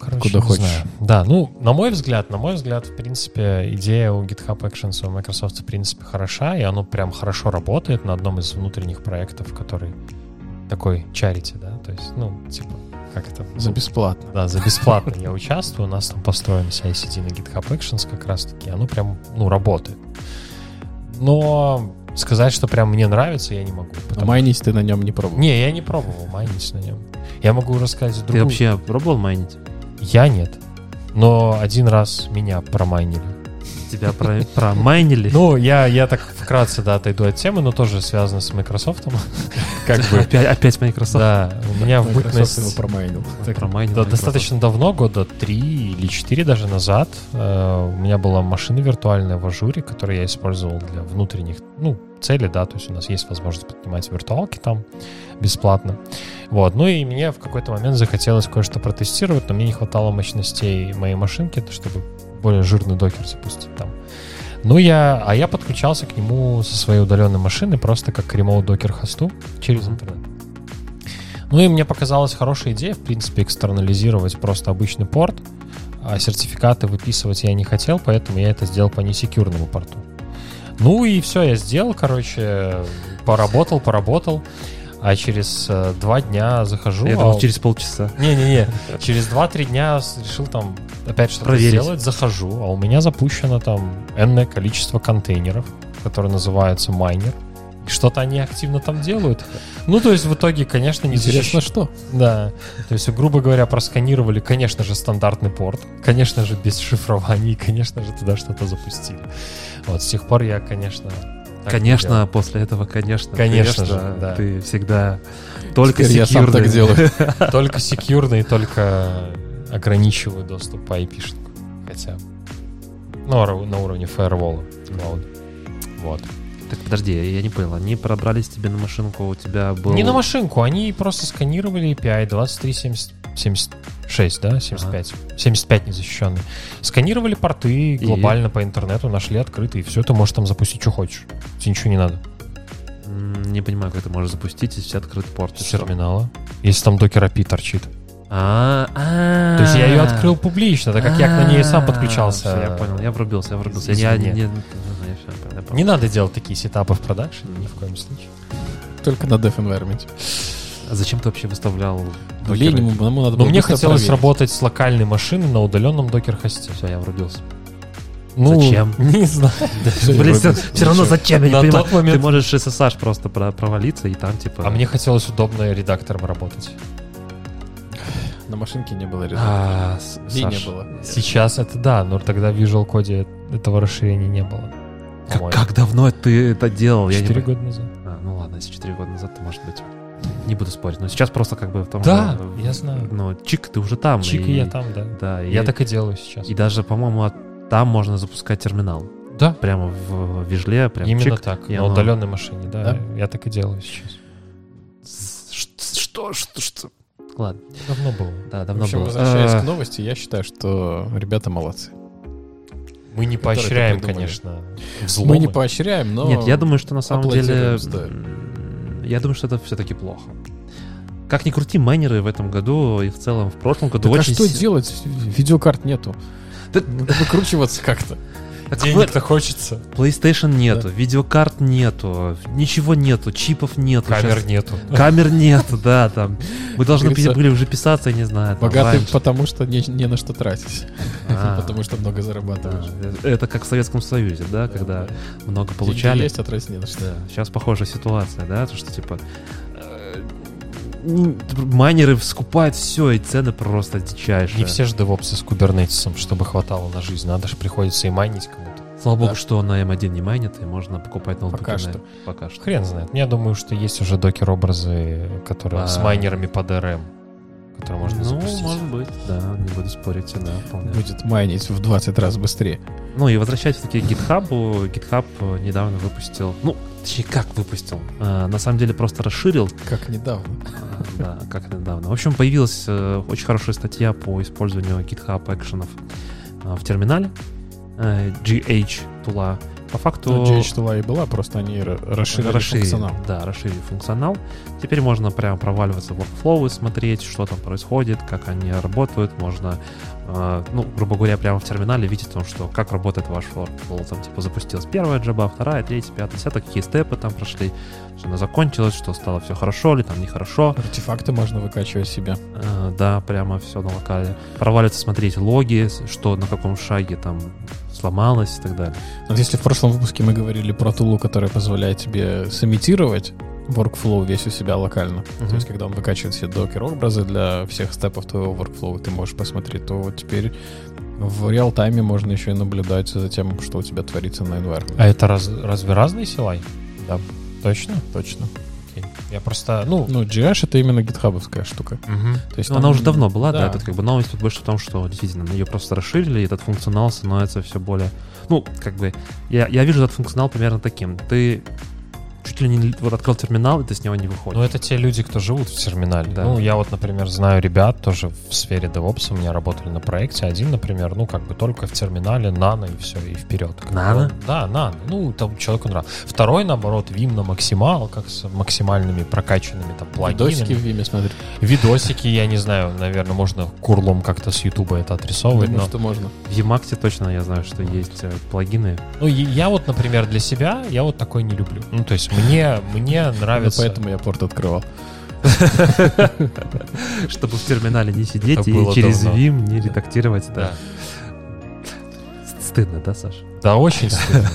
[SPEAKER 2] Короче,
[SPEAKER 3] Куда
[SPEAKER 2] не
[SPEAKER 3] хочешь.
[SPEAKER 2] знаю. Да, ну, на мой взгляд, на мой взгляд, в принципе, идея у GitHub Actions и у Microsoft, в принципе, хороша, и оно прям хорошо работает на одном из внутренних проектов, который такой чарити, да, то есть, ну, типа, как это?
[SPEAKER 3] За бесплатно.
[SPEAKER 2] Да, за бесплатно я участвую. У нас там построен CI-CD на GitHub Actions как раз-таки. Оно прям, ну, работает. Но сказать, что прям мне нравится, я не могу.
[SPEAKER 3] А
[SPEAKER 2] потому-
[SPEAKER 3] майнить ты на нем не пробовал.
[SPEAKER 2] Не, я не пробовал майнить на нем. Я могу рассказать
[SPEAKER 1] Ты
[SPEAKER 2] другую.
[SPEAKER 1] вообще пробовал майнить?
[SPEAKER 2] Я нет. Но один раз меня промайнили.
[SPEAKER 1] тебя про- промайнили.
[SPEAKER 2] Ну, я, я так вкратце, да, отойду от темы, но тоже связано с Microsoft. Как бы,
[SPEAKER 1] опять, опять Microsoft
[SPEAKER 2] да, у меня в
[SPEAKER 4] Microsoft его
[SPEAKER 2] бытность
[SPEAKER 4] промайнил.
[SPEAKER 1] так, промайнил.
[SPEAKER 2] Да,
[SPEAKER 1] Microsoft.
[SPEAKER 2] достаточно давно, года три или четыре даже назад, э, у меня была машина виртуальная в ажуре, которую я использовал для внутренних ну, целей, да, то есть у нас есть возможность поднимать виртуалки там бесплатно. Вот, ну и мне в какой-то момент захотелось кое-что протестировать, но мне не хватало мощностей моей машинки, чтобы более жирный докер запустить там. Ну, я, а я подключался к нему со своей удаленной машины просто как к ремоут докер хосту через
[SPEAKER 1] Мгм.
[SPEAKER 2] интернет. Ну и мне показалась хорошая идея, в принципе, экстернализировать просто обычный порт, а сертификаты выписывать я не хотел, поэтому я это сделал по несекьюрному порту. Ну и все, я сделал, короче, поработал, поработал, а через э, два дня захожу.
[SPEAKER 1] Я
[SPEAKER 2] а
[SPEAKER 1] думал,
[SPEAKER 2] у-
[SPEAKER 1] через полчаса.
[SPEAKER 2] не-не-не, через 2-3 дня с- решил там опять что-то
[SPEAKER 1] Проверить.
[SPEAKER 2] сделать, захожу, а у меня запущено там энное количество контейнеров, которые называются майнер. И что-то они активно там делают. Ну, то есть в итоге, конечно, не
[SPEAKER 3] Интересно,
[SPEAKER 2] защищ-
[SPEAKER 3] что?
[SPEAKER 2] Да. То есть, грубо говоря, просканировали, конечно же, стандартный порт, конечно же, без шифрования, и, конечно же, туда что-то запустили. Вот с тех пор я, конечно... так не
[SPEAKER 1] Конечно, после этого, конечно.
[SPEAKER 2] Конечно
[SPEAKER 1] конечно,
[SPEAKER 2] же, да.
[SPEAKER 1] Ты всегда только
[SPEAKER 3] Теперь я сам так
[SPEAKER 1] секьюрный.
[SPEAKER 3] делаю.
[SPEAKER 2] делал. Только секьюрные, только ограничиваю доступ по ip -шнику. Хотя ну, ору- на уровне фаервола. Вот.
[SPEAKER 1] Так, подожди, я не понял. Они пробрались тебе на машинку, у тебя был...
[SPEAKER 2] Не на машинку, они просто сканировали API 2376, да, 75. 75 незащищенный. Сканировали порты глобально по интернету, нашли открытые, все, ты можешь там запустить, что хочешь. Тебе ничего не надо.
[SPEAKER 1] М, Не понимаю, как ты можешь запустить, если открыт порт. и
[SPEAKER 2] С
[SPEAKER 1] всё.
[SPEAKER 2] терминала. Если там докер API торчит.
[SPEAKER 1] А, а.
[SPEAKER 2] То есть я ее открыл публично, так как я к ней сам
[SPEAKER 1] А,
[SPEAKER 2] подключался.
[SPEAKER 1] всё, Я понял, я врубился, я врубился.
[SPEAKER 2] Извини.
[SPEAKER 1] Я не... не- ну, я всё, я понял.
[SPEAKER 2] Не надо делать такие сетапы в продакшене, ни в коем случае.
[SPEAKER 3] Только на Dev Environment.
[SPEAKER 1] А зачем ты вообще выставлял
[SPEAKER 3] Ну, лень ему, ему надо
[SPEAKER 2] Но
[SPEAKER 3] было
[SPEAKER 2] мне
[SPEAKER 3] быстро
[SPEAKER 2] хотелось
[SPEAKER 3] проверить.
[SPEAKER 2] работать с локальной машины на удаленном докер-хосте.
[SPEAKER 1] Все, я врубился.
[SPEAKER 2] Ну,
[SPEAKER 1] Зачем?
[SPEAKER 2] Не знаю.
[SPEAKER 1] Блин, все, равно зачем, я не
[SPEAKER 2] На
[SPEAKER 1] понимаю.
[SPEAKER 2] тот момент-
[SPEAKER 1] Ты можешь SSH просто про- провалиться и там типа...
[SPEAKER 2] А мне хотелось удобно редактором работать.
[SPEAKER 3] На машинке не было результата.
[SPEAKER 1] А, с-
[SPEAKER 3] Лень не
[SPEAKER 1] Саш,
[SPEAKER 3] было.
[SPEAKER 2] Сейчас это да, но тогда в Visual Code этого расширения не было.
[SPEAKER 1] Как, как давно ты это делал? Я не
[SPEAKER 2] Четыре
[SPEAKER 1] пон-
[SPEAKER 2] года назад.
[SPEAKER 1] А, ну ладно, если 4 года назад, то может быть. Не буду спорить. Но сейчас просто как бы в том
[SPEAKER 2] Да,
[SPEAKER 1] в-
[SPEAKER 2] я знаю.
[SPEAKER 1] Ну, чик, ты уже там.
[SPEAKER 2] Чик, и я там, да.
[SPEAKER 1] Да, и,
[SPEAKER 2] Я так и делаю сейчас.
[SPEAKER 1] и даже, по-моему, от- там можно запускать терминал.
[SPEAKER 2] Да,
[SPEAKER 1] Прямо в вижле, прям
[SPEAKER 2] именно
[SPEAKER 1] чик.
[SPEAKER 2] так.
[SPEAKER 1] и
[SPEAKER 2] На
[SPEAKER 1] оно-
[SPEAKER 2] удаленной машине, да.
[SPEAKER 3] Да?
[SPEAKER 2] Я так и делаю сейчас.
[SPEAKER 1] С- Что, что, что? Ладно,
[SPEAKER 2] Давно было.
[SPEAKER 1] да,
[SPEAKER 3] В
[SPEAKER 1] давно
[SPEAKER 3] общем,
[SPEAKER 1] было.
[SPEAKER 3] возвращаясь
[SPEAKER 1] А,
[SPEAKER 3] к новости, я считаю, что ребята молодцы.
[SPEAKER 2] Мы не
[SPEAKER 3] Которые
[SPEAKER 2] поощряем,
[SPEAKER 3] придумали.
[SPEAKER 2] конечно,
[SPEAKER 3] Мы не
[SPEAKER 2] взломы.
[SPEAKER 3] поощряем, но...
[SPEAKER 1] Нет, я думаю, что на самом деле...
[SPEAKER 3] аплодируем, стоит.
[SPEAKER 1] м, Я думаю, что это все-таки плохо. Как ни крути, майнеры в этом году и в целом в прошлом году
[SPEAKER 3] Так а
[SPEAKER 1] очень...
[SPEAKER 3] что
[SPEAKER 1] си-
[SPEAKER 3] делать? Видеокарт нету.
[SPEAKER 1] Да-
[SPEAKER 3] Надо выкручиваться как-то.
[SPEAKER 1] Так в
[SPEAKER 2] Денег-то хочется.
[SPEAKER 1] PlayStation нету, видеокарт нету, ничего нету, чипов нету.
[SPEAKER 2] Камер
[SPEAKER 1] щас-
[SPEAKER 2] нету.
[SPEAKER 1] Камер нету, да, там. Мы должны пи-
[SPEAKER 3] Говорится,
[SPEAKER 1] были уже писаться, я не знаю. там,
[SPEAKER 3] Богатый,
[SPEAKER 1] раньше.
[SPEAKER 3] потому что не, не на что тратить.
[SPEAKER 1] А,
[SPEAKER 3] Потому что много зарабатываешь.
[SPEAKER 1] да. Это как в Советском Союзе, да, когда
[SPEAKER 3] Да.
[SPEAKER 1] много
[SPEAKER 3] Деньги
[SPEAKER 1] получали.
[SPEAKER 3] есть, а тратить не на что.
[SPEAKER 1] Сейчас похожая ситуация, да, то что типа э, м, майнеры скупают все, и цены просто дичайшие.
[SPEAKER 2] Не все же девопсы с кубернетисом, чтобы хватало на жизнь. Надо же приходится и майнить кому-то.
[SPEAKER 1] Слава
[SPEAKER 3] Да.
[SPEAKER 1] богу, что на М1 не майнит, и можно покупать ноутбуки
[SPEAKER 3] Пока
[SPEAKER 1] на-
[SPEAKER 3] что.
[SPEAKER 1] Пока что.
[SPEAKER 2] Хрен знает. Я думаю, что есть уже докер-образы, которые с
[SPEAKER 1] А.
[SPEAKER 2] майнерами под РМ, которые можно
[SPEAKER 1] ну,
[SPEAKER 2] запустить.
[SPEAKER 1] может быть, да, не буду спорить, да, вполне.
[SPEAKER 3] Будет майнить в 20 раз быстрее.
[SPEAKER 1] Ну и возвращаясь все-таки к GitHub, GitHub э, недавно выпустил, ну, точнее, как выпустил, Э, на самом деле просто расширил,
[SPEAKER 3] Как недавно.
[SPEAKER 1] э, да, как это недавно. В общем, появилась э, очень хорошая статья по использованию GitHub экшенов э, в терминале, э, GH тула. По факту
[SPEAKER 3] Ну, GH тула и была, просто они ра- расширили функционал.
[SPEAKER 1] Да, расширили функционал. Теперь можно прям проваливаться в workflow и смотреть, что там происходит, как они работают. Можно, э, ну, грубо говоря, прямо в терминале видеть о том, что как работает ваш workflow. Там, типа, запустилась первая джаба, вторая, третья, пятая, десятая, какие степы там прошли, что она закончилась, что стало все хорошо или там нехорошо.
[SPEAKER 3] Артефакты можно выкачивать себе.
[SPEAKER 1] Э, да, прямо все на локале. Проваливаться, смотреть логи, с- что на каком шаге там сломалось и так далее.
[SPEAKER 3] Вот если в прошлом выпуске мы говорили про тулу, которая позволяет тебе сымитировать workflow весь у себя локально, то
[SPEAKER 1] Мгм.
[SPEAKER 3] есть когда он выкачивает все докер-образы для всех степов твоего workflow, ты можешь посмотреть, то вот теперь В реал-тайме можно еще и наблюдать за тем, что у тебя творится на environment.
[SPEAKER 2] А это раз- разве разные силай?
[SPEAKER 3] Да.
[SPEAKER 2] Точно?
[SPEAKER 3] Точно.
[SPEAKER 2] Окей. Я просто, ну...
[SPEAKER 3] Ну, GH это именно гитхабовская штука.
[SPEAKER 2] мгм.
[SPEAKER 3] То есть
[SPEAKER 1] Ну,
[SPEAKER 3] там-
[SPEAKER 1] она уже давно была, да.
[SPEAKER 3] да.
[SPEAKER 1] тут как бы новость тут больше в том, что действительно ее просто расширили, и этот функционал становится все более... Ну, как бы, я, я вижу этот функционал примерно таким. Ты чуть ли не вот открыл терминал, и ты с него не выходишь.
[SPEAKER 2] Ну, это те люди, кто живут в терминале.
[SPEAKER 1] Да.
[SPEAKER 2] Ну, я вот, например, знаю ребят тоже в сфере DevOps. У меня работали на проекте. Один, например, ну, как бы только в терминале, нано и все, и вперед. Как бы
[SPEAKER 1] Нано?
[SPEAKER 2] он- Да, нано. Ну, там человеку нравится. Второй, наоборот, Vim на максимал, как с максимальными прокачанными там плагинами.
[SPEAKER 3] Видосики в Виме смотри.
[SPEAKER 2] Видосики, я не знаю, наверное, можно курлом как-то с Ютуба это отрисовывать.
[SPEAKER 3] Думаю,
[SPEAKER 2] но-
[SPEAKER 3] что можно.
[SPEAKER 1] В Emacs точно я знаю, что есть э, плагины.
[SPEAKER 2] Ну, и я вот, например, для себя, я вот такой не люблю. Ну, то есть мне, мне нравится...
[SPEAKER 3] Ну, поэтому я порт открывал.
[SPEAKER 1] Чтобы в терминале не сидеть
[SPEAKER 2] Это
[SPEAKER 1] и
[SPEAKER 2] было
[SPEAKER 1] через
[SPEAKER 2] давно.
[SPEAKER 1] Vim не редактировать, да.
[SPEAKER 2] Да.
[SPEAKER 1] С- Стыдно, да, Саш?
[SPEAKER 2] Да, очень стыдно.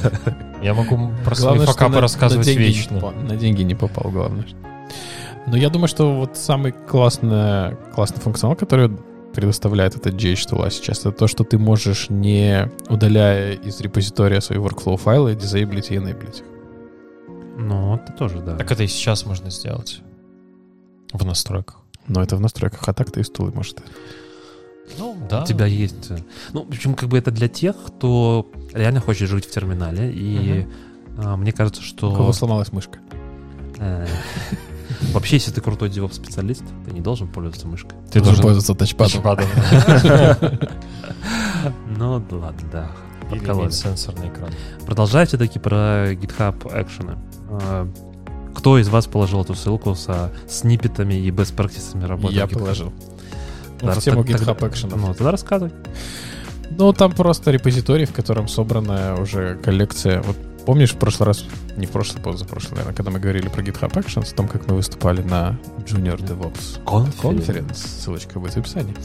[SPEAKER 2] Я могу про свои
[SPEAKER 3] Главное, что
[SPEAKER 2] факапы
[SPEAKER 3] на-
[SPEAKER 2] рассказывать
[SPEAKER 3] на деньги не
[SPEAKER 2] вечно.
[SPEAKER 3] попал. на деньги не попал, главное. что. Но я думаю, что вот самый классный, классный функционал, который предоставляет этот GH Tool сейчас, это то, что ты можешь, не удаляя из репозитория свои workflow файлы, дизейблить и enableить. их.
[SPEAKER 1] Ну, это тоже, да.
[SPEAKER 2] Так это и сейчас можно сделать. В настройках.
[SPEAKER 3] Но это в настройках, а так ты из тулы, может.
[SPEAKER 2] Ну, да.
[SPEAKER 3] А.
[SPEAKER 1] У тебя есть... э, Ну, причем как бы это для тех, кто реально хочет жить в терминале. И а, мне кажется,
[SPEAKER 3] У кого
[SPEAKER 1] что...
[SPEAKER 3] сломалась мышка.
[SPEAKER 1] э, Вообще, если ты крутой девоп-специалист, ты не должен пользоваться мышкой.
[SPEAKER 2] Ты должен
[SPEAKER 3] пользоваться тачпадом.
[SPEAKER 2] тачпадом.
[SPEAKER 1] Ну, да ладно, да.
[SPEAKER 2] Или
[SPEAKER 1] Подкололи.
[SPEAKER 2] иметь сенсорный экран.
[SPEAKER 1] Продолжая все-таки про GitHub экшены. Э, Кто из вас положил эту ссылку со сниппетами и бест-практисами работы?
[SPEAKER 3] Я
[SPEAKER 1] в GitHub?
[SPEAKER 3] положил. Ну,
[SPEAKER 1] Да,
[SPEAKER 3] в тему
[SPEAKER 1] так- тогда-
[SPEAKER 3] GitHub экшенов.
[SPEAKER 1] Ну, тогда рассказывай.
[SPEAKER 3] Ну, там просто репозиторий, в котором собрана уже коллекция. Вот помнишь, в прошлый раз, не в прошлый, позапрошлый, наверное, когда мы говорили про GitHub Actions, о том, как мы выступали на Junior DevOps Conference. Ссылочка будет в описании.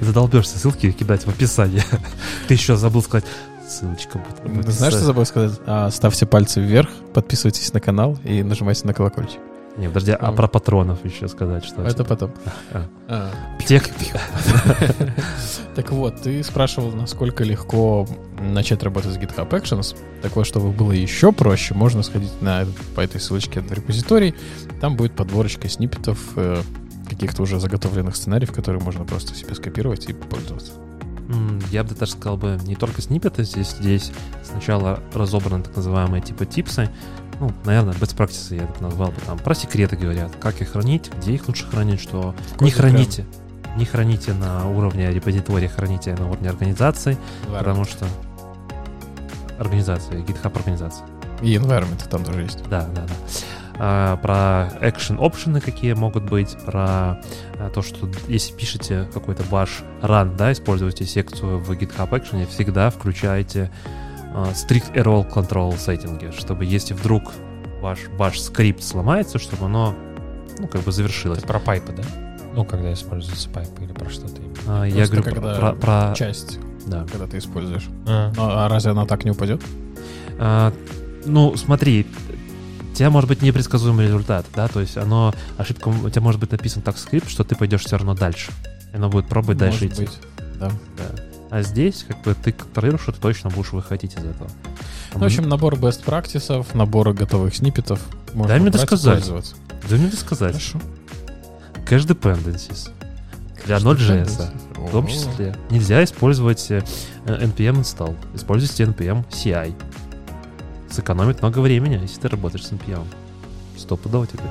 [SPEAKER 1] Задолбешься ссылки кидать в описании. Ты еще забыл сказать, ссылочка будет в описании.
[SPEAKER 3] Знаешь, что забыл сказать? А, ставьте пальцы вверх, подписывайтесь на канал и нажимайте на колокольчик.
[SPEAKER 1] Не, подожди, а
[SPEAKER 3] Ну.
[SPEAKER 1] про патронов еще сказать, что
[SPEAKER 3] Это потом.
[SPEAKER 1] А.
[SPEAKER 3] А.
[SPEAKER 1] тех...
[SPEAKER 3] Так вот, ты спрашивал, насколько легко начать работать с GitHub Actions. Так вот, чтобы было еще проще, можно сходить на, этот- по этой ссылочке на репозиторий. Там будет подборочка сниппетов э, каких-то уже заготовленных сценариев, которые можно просто себе скопировать и пользоваться.
[SPEAKER 1] М, Я бы даже сказал бы, не только сниппеты, здесь, здесь сначала разобраны так называемые типа типсы, ну, наверное, best practices я так назвал бы там. Про секреты говорят, как их хранить, где их лучше хранить, что не храните. Не храните на уровне репозитория, храните на уровне организации,
[SPEAKER 3] Environment.
[SPEAKER 1] потому что организация, GitHub организация.
[SPEAKER 3] И environment там тоже есть.
[SPEAKER 1] Да, да, да. А, про action опшены какие могут быть, про а, то, что если пишете какой-то ваш ран, да, используете секцию в GitHub Action, всегда включайте а, strict error control сеттинги, чтобы если вдруг ваш ваш скрипт сломается, чтобы оно ну, как бы завершилось.
[SPEAKER 2] Это про пайпы, да? Ну, когда используются пайпы или про что-то именно.
[SPEAKER 1] А, я
[SPEAKER 3] Просто
[SPEAKER 1] говорю про-
[SPEAKER 3] когда
[SPEAKER 1] про, про-
[SPEAKER 3] Часть,
[SPEAKER 1] да.
[SPEAKER 3] когда ты используешь.
[SPEAKER 2] А.
[SPEAKER 3] Ну, а разве она так не упадет?
[SPEAKER 1] А, ну, смотри, у тебя может быть непредсказуемый результат, да, то есть оно, ошибка, у тебя может быть написан так скрипт, что ты пойдешь все равно дальше. И оно будет пробовать дальше
[SPEAKER 3] Может
[SPEAKER 1] идти.
[SPEAKER 3] быть.
[SPEAKER 1] Да. А здесь, как бы, ты контролируешь, что ты точно будешь выходить из этого.
[SPEAKER 3] Ну, в общем, набор best практисов, набор готовых сниппетов. Можно
[SPEAKER 1] мне
[SPEAKER 3] брать и
[SPEAKER 1] досказать.
[SPEAKER 3] пользоваться.
[SPEAKER 1] да мне сказать,
[SPEAKER 3] Хорошо.
[SPEAKER 1] cache dependencies, Для Node.js. в том числе, нельзя использовать э, npm install, используйте npm CI. Сэкономит много времени, если ты работаешь с npm. Стопудово тебе.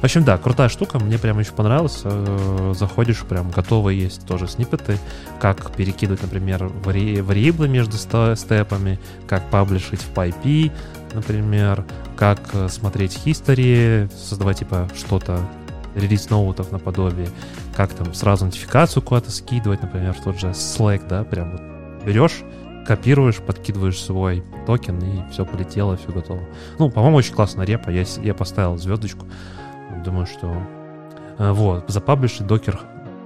[SPEAKER 1] В общем, да, крутая штука, мне прям еще понравилось. Э, Заходишь, прям готовы есть тоже сниппеты, как перекидывать, например, вари- вариаблы между сто- степами, как паблишить в PyP, например, как э, смотреть history, создавать типа что-то, релиз ноутов наподобие, как там сразу нотификацию куда-то скидывать, например, в тот же Slack, да, прям вот берешь, копируешь, подкидываешь свой токен, и все полетело, все готово. Ну, по-моему, очень классная репа, я, с- я поставил звездочку, думаю, что... э, Вот, запаблишить докер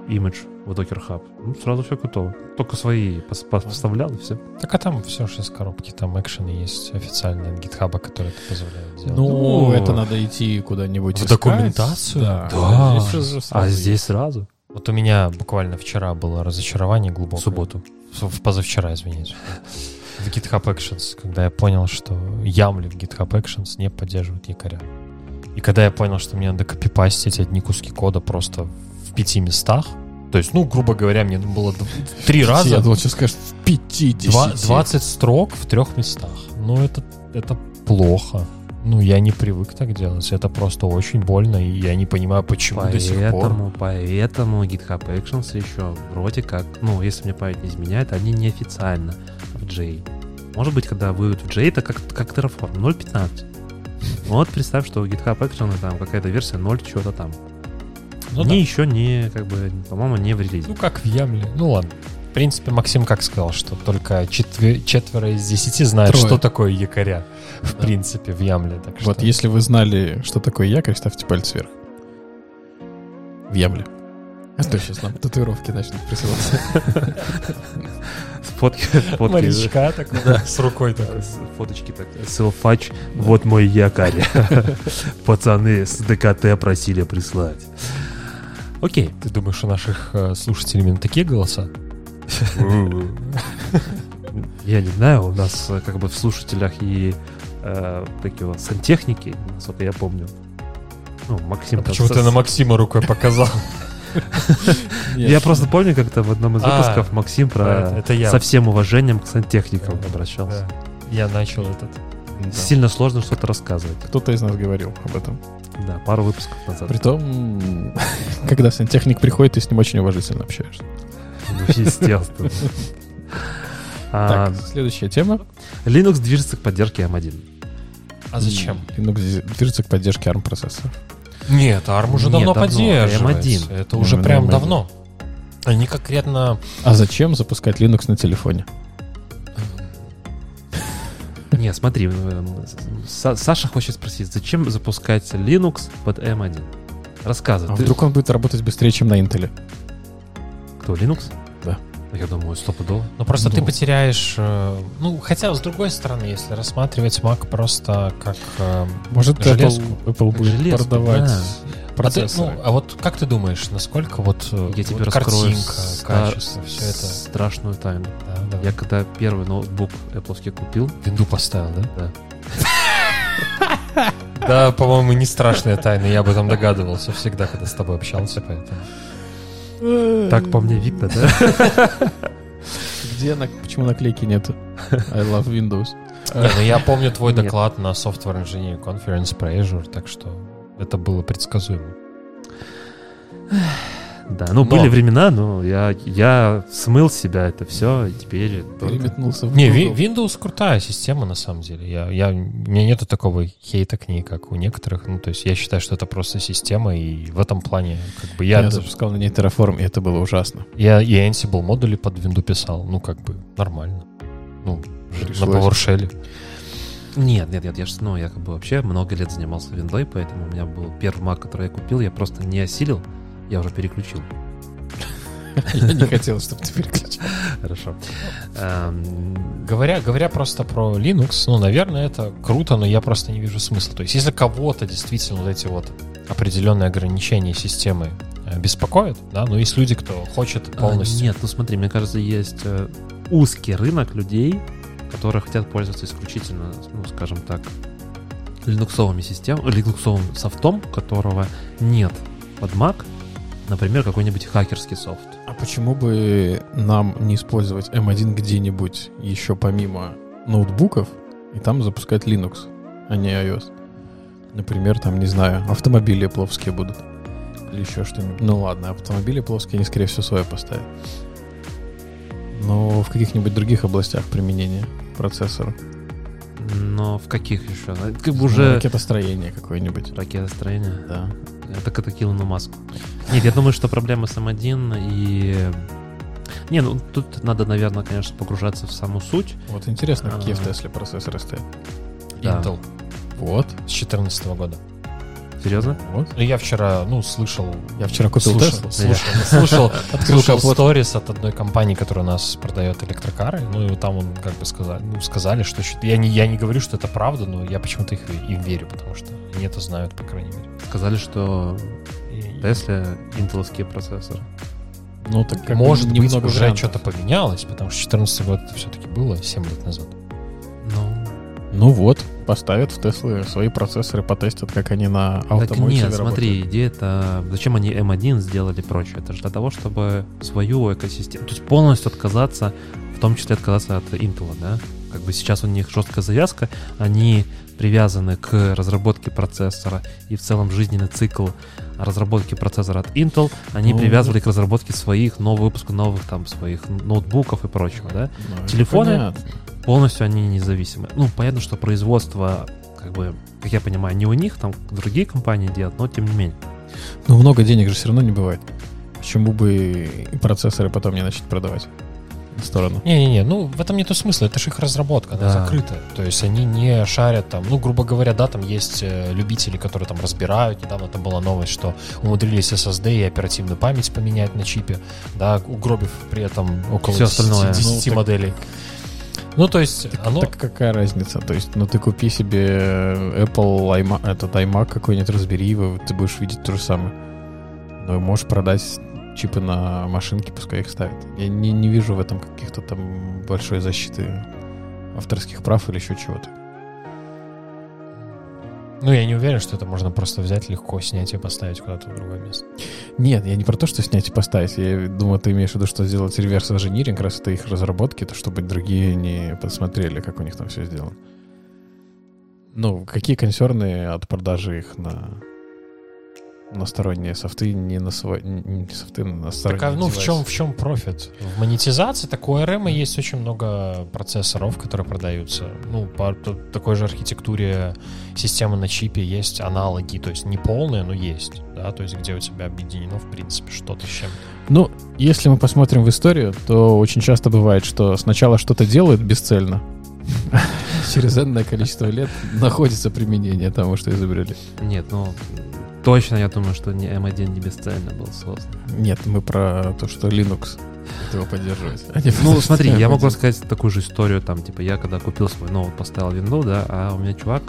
[SPEAKER 1] имидж в Docker Hub. Ну, сразу все готово. Только свои пос- пос- поставлял, и все.
[SPEAKER 2] Так а там все же из коробки, там экшены есть официальные от гитхаба, которые это позволяют делать.
[SPEAKER 3] Ну,
[SPEAKER 1] Ну,
[SPEAKER 3] это надо идти куда-нибудь.
[SPEAKER 2] в
[SPEAKER 3] искать.
[SPEAKER 2] документацию?
[SPEAKER 3] Да.
[SPEAKER 1] Да.
[SPEAKER 3] Здесь всё за-
[SPEAKER 1] А
[SPEAKER 3] сразу
[SPEAKER 1] здесь сразу.
[SPEAKER 2] Вот у меня буквально вчера было разочарование
[SPEAKER 1] в
[SPEAKER 2] глубокое.
[SPEAKER 1] субботу.
[SPEAKER 2] В- в позавчера, извините. В GitHub Actions, когда я понял, что Ямли в GitHub Actions не поддерживает якоря. И когда я понял, что мне надо копипастить одни куски кода просто в пяти местах, то есть, ну, грубо говоря, мне было дв- три
[SPEAKER 3] Я
[SPEAKER 2] раза
[SPEAKER 3] думал, сейчас скажешь, в 50.
[SPEAKER 2] два- 20 строк в трех местах. Ну, это, это плохо. Ну, я не привык так делать. Это просто очень больно, и я не понимаю, почему до сих пор.
[SPEAKER 1] Поэтому, поэтому GitHub Actions еще вроде как, ну, если мне память не изменяет, они неофициально в J. Может быть, когда выйдут в J, это как, как Terraform, 0.15. Вот представь, что у GitHub Action там какая-то версия 0 чего-то там.
[SPEAKER 2] Ну,
[SPEAKER 1] Они
[SPEAKER 2] да.
[SPEAKER 1] еще не, как бы, по-моему, не в релизе.
[SPEAKER 2] Ну, как в Ямле. Ну, ладно. В принципе, Максим как сказал, что только четве- четверо из десяти знают,
[SPEAKER 3] Трое.
[SPEAKER 2] что такое якоря. В принципе, в Ямле. Так
[SPEAKER 3] Вот
[SPEAKER 2] что-
[SPEAKER 3] если вы знали, что такое якорь, ставьте палец вверх. В ямле. А то сейчас нам татуировки начнут присылаться.
[SPEAKER 1] Фотки, фотки-
[SPEAKER 2] Морячка такой, с рукой такой.
[SPEAKER 1] с- фоточки так. Селфач, вот мой якорь. Пацаны с ДКТ просили прислать. Окей.
[SPEAKER 2] Ты думаешь, у наших э, слушателей именно такие голоса?
[SPEAKER 1] Я не знаю, у нас э, как бы в слушателях и э, такие вот сантехники, насколько я помню. Ну, Максим...
[SPEAKER 2] А
[SPEAKER 1] там
[SPEAKER 2] Почему
[SPEAKER 1] со-
[SPEAKER 2] ты на Максима рукой показал?
[SPEAKER 1] Я просто помню как-то в одном из
[SPEAKER 2] А,
[SPEAKER 1] выпусков Максим
[SPEAKER 2] это-
[SPEAKER 1] про
[SPEAKER 2] это я.
[SPEAKER 1] со всем уважением к сантехникам обращался.
[SPEAKER 2] Да. Я начал этот.
[SPEAKER 1] Сильно сложно что-то рассказывать.
[SPEAKER 3] Кто-то из нас говорил об этом.
[SPEAKER 1] Да, пару выпусков назад.
[SPEAKER 3] Притом, когда сантехник приходит, ты с ним очень уважительно общаешься.
[SPEAKER 1] Ну, Естественно. А,
[SPEAKER 3] Так, следующая тема.
[SPEAKER 1] Linux движется к поддержке M1.
[SPEAKER 2] А зачем?
[SPEAKER 3] Linux движется к поддержке ARM процессора.
[SPEAKER 2] Нет, ARM уже
[SPEAKER 1] Нет,
[SPEAKER 2] давно
[SPEAKER 1] давно,
[SPEAKER 2] поддерживается.
[SPEAKER 1] M1.
[SPEAKER 2] Это уже
[SPEAKER 3] Именно
[SPEAKER 2] прям
[SPEAKER 3] M1.
[SPEAKER 2] давно. Они конкретно...
[SPEAKER 3] А зачем запускать Linux на телефоне?
[SPEAKER 1] Не, смотри, э, Са- Саша хочет спросить, зачем запускать Linux под M1? Рассказывай.
[SPEAKER 3] А
[SPEAKER 1] ты-
[SPEAKER 3] вдруг он будет работать быстрее, чем на Intel?
[SPEAKER 1] Кто, Linux?
[SPEAKER 3] Да.
[SPEAKER 1] Я думаю, стопудово.
[SPEAKER 2] Ну, просто ты
[SPEAKER 3] Ну.
[SPEAKER 2] потеряешь... э, Ну, хотя, с другой стороны, если рассматривать Mac просто как... э,
[SPEAKER 3] Может,
[SPEAKER 2] Железку.
[SPEAKER 3] Apple, Apple будет
[SPEAKER 1] Железку,
[SPEAKER 3] продавать
[SPEAKER 2] А, ты-
[SPEAKER 3] процессоры?
[SPEAKER 2] ну, а вот как ты думаешь, насколько вот, э,
[SPEAKER 1] Я тебе
[SPEAKER 2] вот
[SPEAKER 1] раскрою
[SPEAKER 2] картинка,
[SPEAKER 1] ста-
[SPEAKER 2] качество, все это...
[SPEAKER 1] страшную тайну.
[SPEAKER 2] Да, давай.
[SPEAKER 1] Я когда первый ноутбук Apple купил,
[SPEAKER 2] винду поставил, да?
[SPEAKER 1] да,
[SPEAKER 2] Да, по-моему, не страшная тайна, я об этом догадывался всегда, когда с тобой общался, поэтому... ну,
[SPEAKER 1] так по мне видно, да?
[SPEAKER 3] Где, на- почему наклейки нету? I love Windows.
[SPEAKER 2] Не, ну я помню твой
[SPEAKER 1] Нет.
[SPEAKER 2] доклад на Software Engineering Conference про Azure, так что это было предсказуемо.
[SPEAKER 1] Да, ну
[SPEAKER 2] Но.
[SPEAKER 1] были времена, но я, я смыл с себя это все, и теперь... только-
[SPEAKER 3] Переметнулся в
[SPEAKER 1] Ну,
[SPEAKER 2] Не, Ви-
[SPEAKER 3] Google.
[SPEAKER 2] Windows крутая система, на самом деле. Я, я, у меня нету такого хейта к ней, как у некоторых. Ну, то есть я считаю, что это просто система, и в этом плане как бы я...
[SPEAKER 3] Я,
[SPEAKER 2] даже-
[SPEAKER 3] запускал на ней Terraform, и это было ужасно.
[SPEAKER 2] Я и Ansible модули под винду писал. Ну, как бы нормально. Ну,
[SPEAKER 3] Пришлось.
[SPEAKER 2] на PowerShell.
[SPEAKER 1] Нет, нет, нет, я же, ну, я как бы вообще много лет занимался винлей, поэтому у меня был первый Mac, который я купил, я просто не осилил, я уже переключил.
[SPEAKER 3] Я не хотел, чтобы ты переключил.
[SPEAKER 1] Хорошо. Эм,
[SPEAKER 2] Говоря, говоря просто про Linux, ну, наверное, это круто, но я просто не вижу смысла. То есть, если кого-то действительно вот эти вот определенные ограничения системы э, беспокоят, да, ну, есть люди, кто хочет
[SPEAKER 1] а,
[SPEAKER 2] полностью...
[SPEAKER 1] Нет, ну смотри, мне кажется, есть э, узкий рынок людей, которые хотят пользоваться исключительно, ну, скажем так, линуксовыми системами, линуксовым софтом, которого нет под Mac, например, какой-нибудь хакерский софт.
[SPEAKER 3] А почему бы нам не использовать M1 где-нибудь еще помимо ноутбуков и там запускать Linux, а не iOS? Например, там, не знаю, автомобили пловские будут. Или еще что-нибудь. Ну ладно, автомобили плоские они, скорее всего, свои поставят. Но в каких-нибудь других областях применения процессора.
[SPEAKER 1] Но в каких еще? Как бы
[SPEAKER 3] Ну,
[SPEAKER 1] уже
[SPEAKER 3] Ракетостроение какое-нибудь.
[SPEAKER 1] ракетостроение.
[SPEAKER 3] Да.
[SPEAKER 1] Э, Это как Илону Маску. Нет, я думаю, что проблема с M1 и... Не, ну тут надо, наверное, конечно, погружаться в саму суть.
[SPEAKER 3] Вот интересно, какие в
[SPEAKER 1] А.
[SPEAKER 3] Тесле процессоры стоят.
[SPEAKER 1] Да.
[SPEAKER 2] Intel
[SPEAKER 3] Вот.
[SPEAKER 2] с 2014 года.
[SPEAKER 1] Серьезно?
[SPEAKER 3] Вот.
[SPEAKER 2] Ну, я вчера, ну, слышал...
[SPEAKER 3] Я вчера купил
[SPEAKER 2] слушал,
[SPEAKER 3] Теслу.
[SPEAKER 2] Слушал, слушал,
[SPEAKER 3] Открыл
[SPEAKER 2] слушал
[SPEAKER 3] капот.
[SPEAKER 2] сторис от одной компании, которая у нас продает электрокары. Ну, и там он как бы сказали, ну, сказали, что щит- я не, я не говорю, что это правда, но я почему-то их, им верю, потому что они это знают, по крайней мере. Э,
[SPEAKER 1] Сказали, что
[SPEAKER 2] И
[SPEAKER 1] Tesla интеловские процессоры.
[SPEAKER 3] Ну, так как бы
[SPEAKER 2] Может быть,
[SPEAKER 3] немного
[SPEAKER 2] уже
[SPEAKER 3] вариантов.
[SPEAKER 2] что-то поменялось, потому что 14 год это все-таки было 7 лет назад.
[SPEAKER 1] Ну,
[SPEAKER 3] Ну вот, поставят в Теслы свои процессоры, потестят, как они на
[SPEAKER 1] так
[SPEAKER 3] автомобиле
[SPEAKER 1] нет, смотри, идея это... Зачем они M1 сделали и прочее? Это же для того, чтобы свою экосистему... То есть полностью отказаться, в том числе отказаться от Intel, да? Как бы сейчас у них жесткая завязка, они привязаны к разработке процессора и в целом жизненный цикл разработки процессора от Intel, они
[SPEAKER 3] Ну,
[SPEAKER 1] привязывали к разработке своих, новых выпуск новых там своих ноутбуков и прочего, да?
[SPEAKER 3] Ну,
[SPEAKER 1] телефоны? полностью они независимы. Ну, понятно, что производство, как бы, как я понимаю, не у них, там другие компании делают, но тем не менее.
[SPEAKER 3] Но Ну, много денег же все равно не бывает. Почему бы и процессоры потом не начать продавать в сторону?
[SPEAKER 2] Не-не-не, ну в этом нету смысла, это же их разработка,
[SPEAKER 1] Да.
[SPEAKER 2] она закрытая. То есть они не шарят там, ну, грубо говоря, да, там есть э, любители, которые там разбирают. Недавно там была новость, что умудрились SSD и оперативную память поменять на чипе, да, угробив при этом около
[SPEAKER 1] Всё
[SPEAKER 2] 10,
[SPEAKER 1] остальное.
[SPEAKER 2] 10
[SPEAKER 3] Ну, так-
[SPEAKER 2] моделей. Ну, то есть, оно...
[SPEAKER 3] Так какая разница? То есть, ну ты купи себе Apple iMac, этот iMac какой-нибудь, разбери его, ты будешь видеть то же самое. Ну и можешь продать чипы на машинки, пускай их ставят. Я не, не вижу в этом каких-то там большой защиты авторских прав или еще чего-то.
[SPEAKER 2] Ну, я не уверен, что это можно просто взять легко, снять и поставить куда-то в другое место.
[SPEAKER 3] Нет, я не про то, что снять и поставить. Я думаю, ты имеешь в виду, что сделать реверс инжиниринг, раз это их разработки, то чтобы другие не посмотрели, как у них там все сделано. Ну, какие консерны от продажи их на на сторонние софты, не на свой... Не не софты, на сторонние
[SPEAKER 2] Так, а, ну, в
[SPEAKER 3] девайсы?
[SPEAKER 2] чем, в чем профит? В монетизации такой РМ есть очень много процессоров, которые продаются. Ну, по т- такой же архитектуре системы на чипе есть аналоги, то есть не полные, но есть, да, то есть где у тебя объединено, в принципе, что-то с чем.
[SPEAKER 3] Ну, если мы посмотрим в историю, то очень часто бывает, что сначала что-то делают бесцельно, через энное количество лет находится применение тому, что изобрели.
[SPEAKER 1] Нет, ну, точно я думаю, что не M1 не бесцельно был создан.
[SPEAKER 3] Нет, мы про то, что Linux будет его поддерживать.
[SPEAKER 1] Ну, смотри, я могу рассказать такую же историю, там, типа, я когда купил свой ноут, поставил винду, да, а у меня чувак,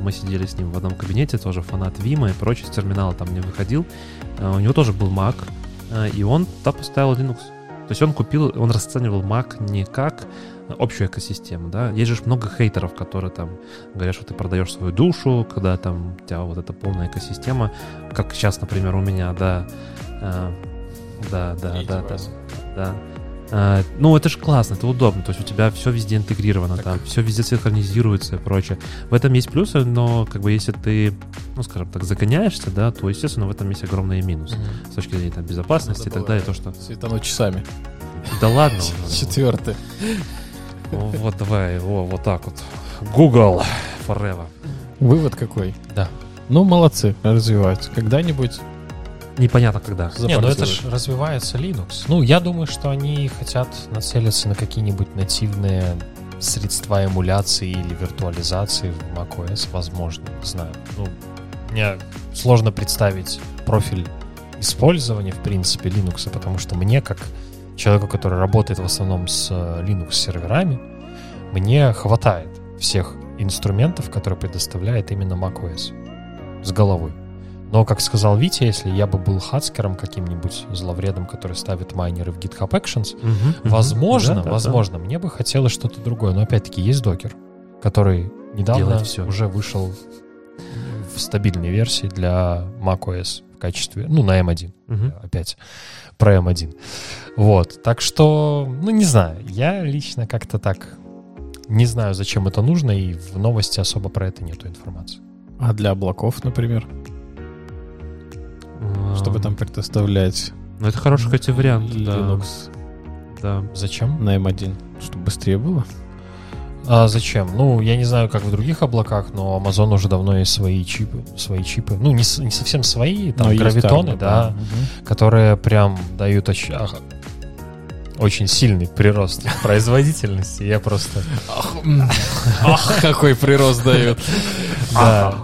[SPEAKER 1] мы сидели с ним в одном кабинете, тоже фанат Вима и прочее, с терминала там не выходил, А, у него тоже был Mac, а, и он там поставил Linux. То есть он купил, он расценивал Mac не как общую экосистему, да. Есть же ж много хейтеров, которые там говорят, что ты продаешь свою душу, когда там у тебя вот эта полная экосистема, как сейчас, например, у меня, да, э, да, да, да, да, да. А, Ну, это же классно, это удобно. То есть у тебя все везде интегрировано, там все везде синхронизируется и прочее. В этом есть плюсы, но как бы если ты, ну, скажем так, загоняешься, да, то, естественно, в этом есть огромные минусы. С точки зрения там, безопасности и так далее, то, что...
[SPEAKER 3] Светануть часами.
[SPEAKER 1] Да ну, ладно. уже.
[SPEAKER 3] Четвертый.
[SPEAKER 1] Ну, Вот давай, о, вот так вот. Google forever.
[SPEAKER 3] Вывод какой?
[SPEAKER 2] Да.
[SPEAKER 3] Ну, молодцы, развиваются. Когда-нибудь
[SPEAKER 1] Непонятно когда.
[SPEAKER 2] Не, ну это
[SPEAKER 3] запортируют.
[SPEAKER 2] же развивается Linux. Ну, я думаю, что они хотят нацелиться на какие-нибудь нативные средства эмуляции или виртуализации в macOS, возможно, не знаю. Ну, мне сложно представить профиль использования, в принципе, Linux, потому что мне, как человеку, который работает в основном с э, Linux-серверами, мне хватает всех инструментов, которые предоставляет именно macOS с головой. Но, как сказал Витя, если я бы был хацкером каким-нибудь зловредом, который ставит майнеры в GitHub Actions,
[SPEAKER 1] Мгм, мгм.
[SPEAKER 2] возможно,
[SPEAKER 1] Да, да, да.
[SPEAKER 2] возможно, мне бы хотелось что-то другое. Но опять-таки есть докер, который недавно
[SPEAKER 1] Делает всё.
[SPEAKER 2] уже вышел в стабильной версии для macOS в качестве, ну, на M1
[SPEAKER 1] Мгм.
[SPEAKER 2] опять про М1. Вот, так что, ну не знаю, я лично как-то так не знаю, зачем это нужно, и в новости особо про это нету информации.
[SPEAKER 3] а для облаков, например, чтобы там предоставлять
[SPEAKER 1] Э, Ну, это А. хороший, кстати, вариант. да.
[SPEAKER 3] Linux
[SPEAKER 1] Да.
[SPEAKER 2] Зачем?
[SPEAKER 3] на M1, чтобы быстрее было.
[SPEAKER 2] А зачем? Ну, я не знаю, как в других облаках, но Amazon уже давно есть свои чипы, свои чипы. Ну, не, с- не совсем свои, там
[SPEAKER 3] Но есть
[SPEAKER 2] гравитоны,
[SPEAKER 3] ARM,
[SPEAKER 2] да, которые прям дают оч- ах, очень сильный прирост производительности. Я просто
[SPEAKER 3] Ах, какой прирост дает.
[SPEAKER 2] Да.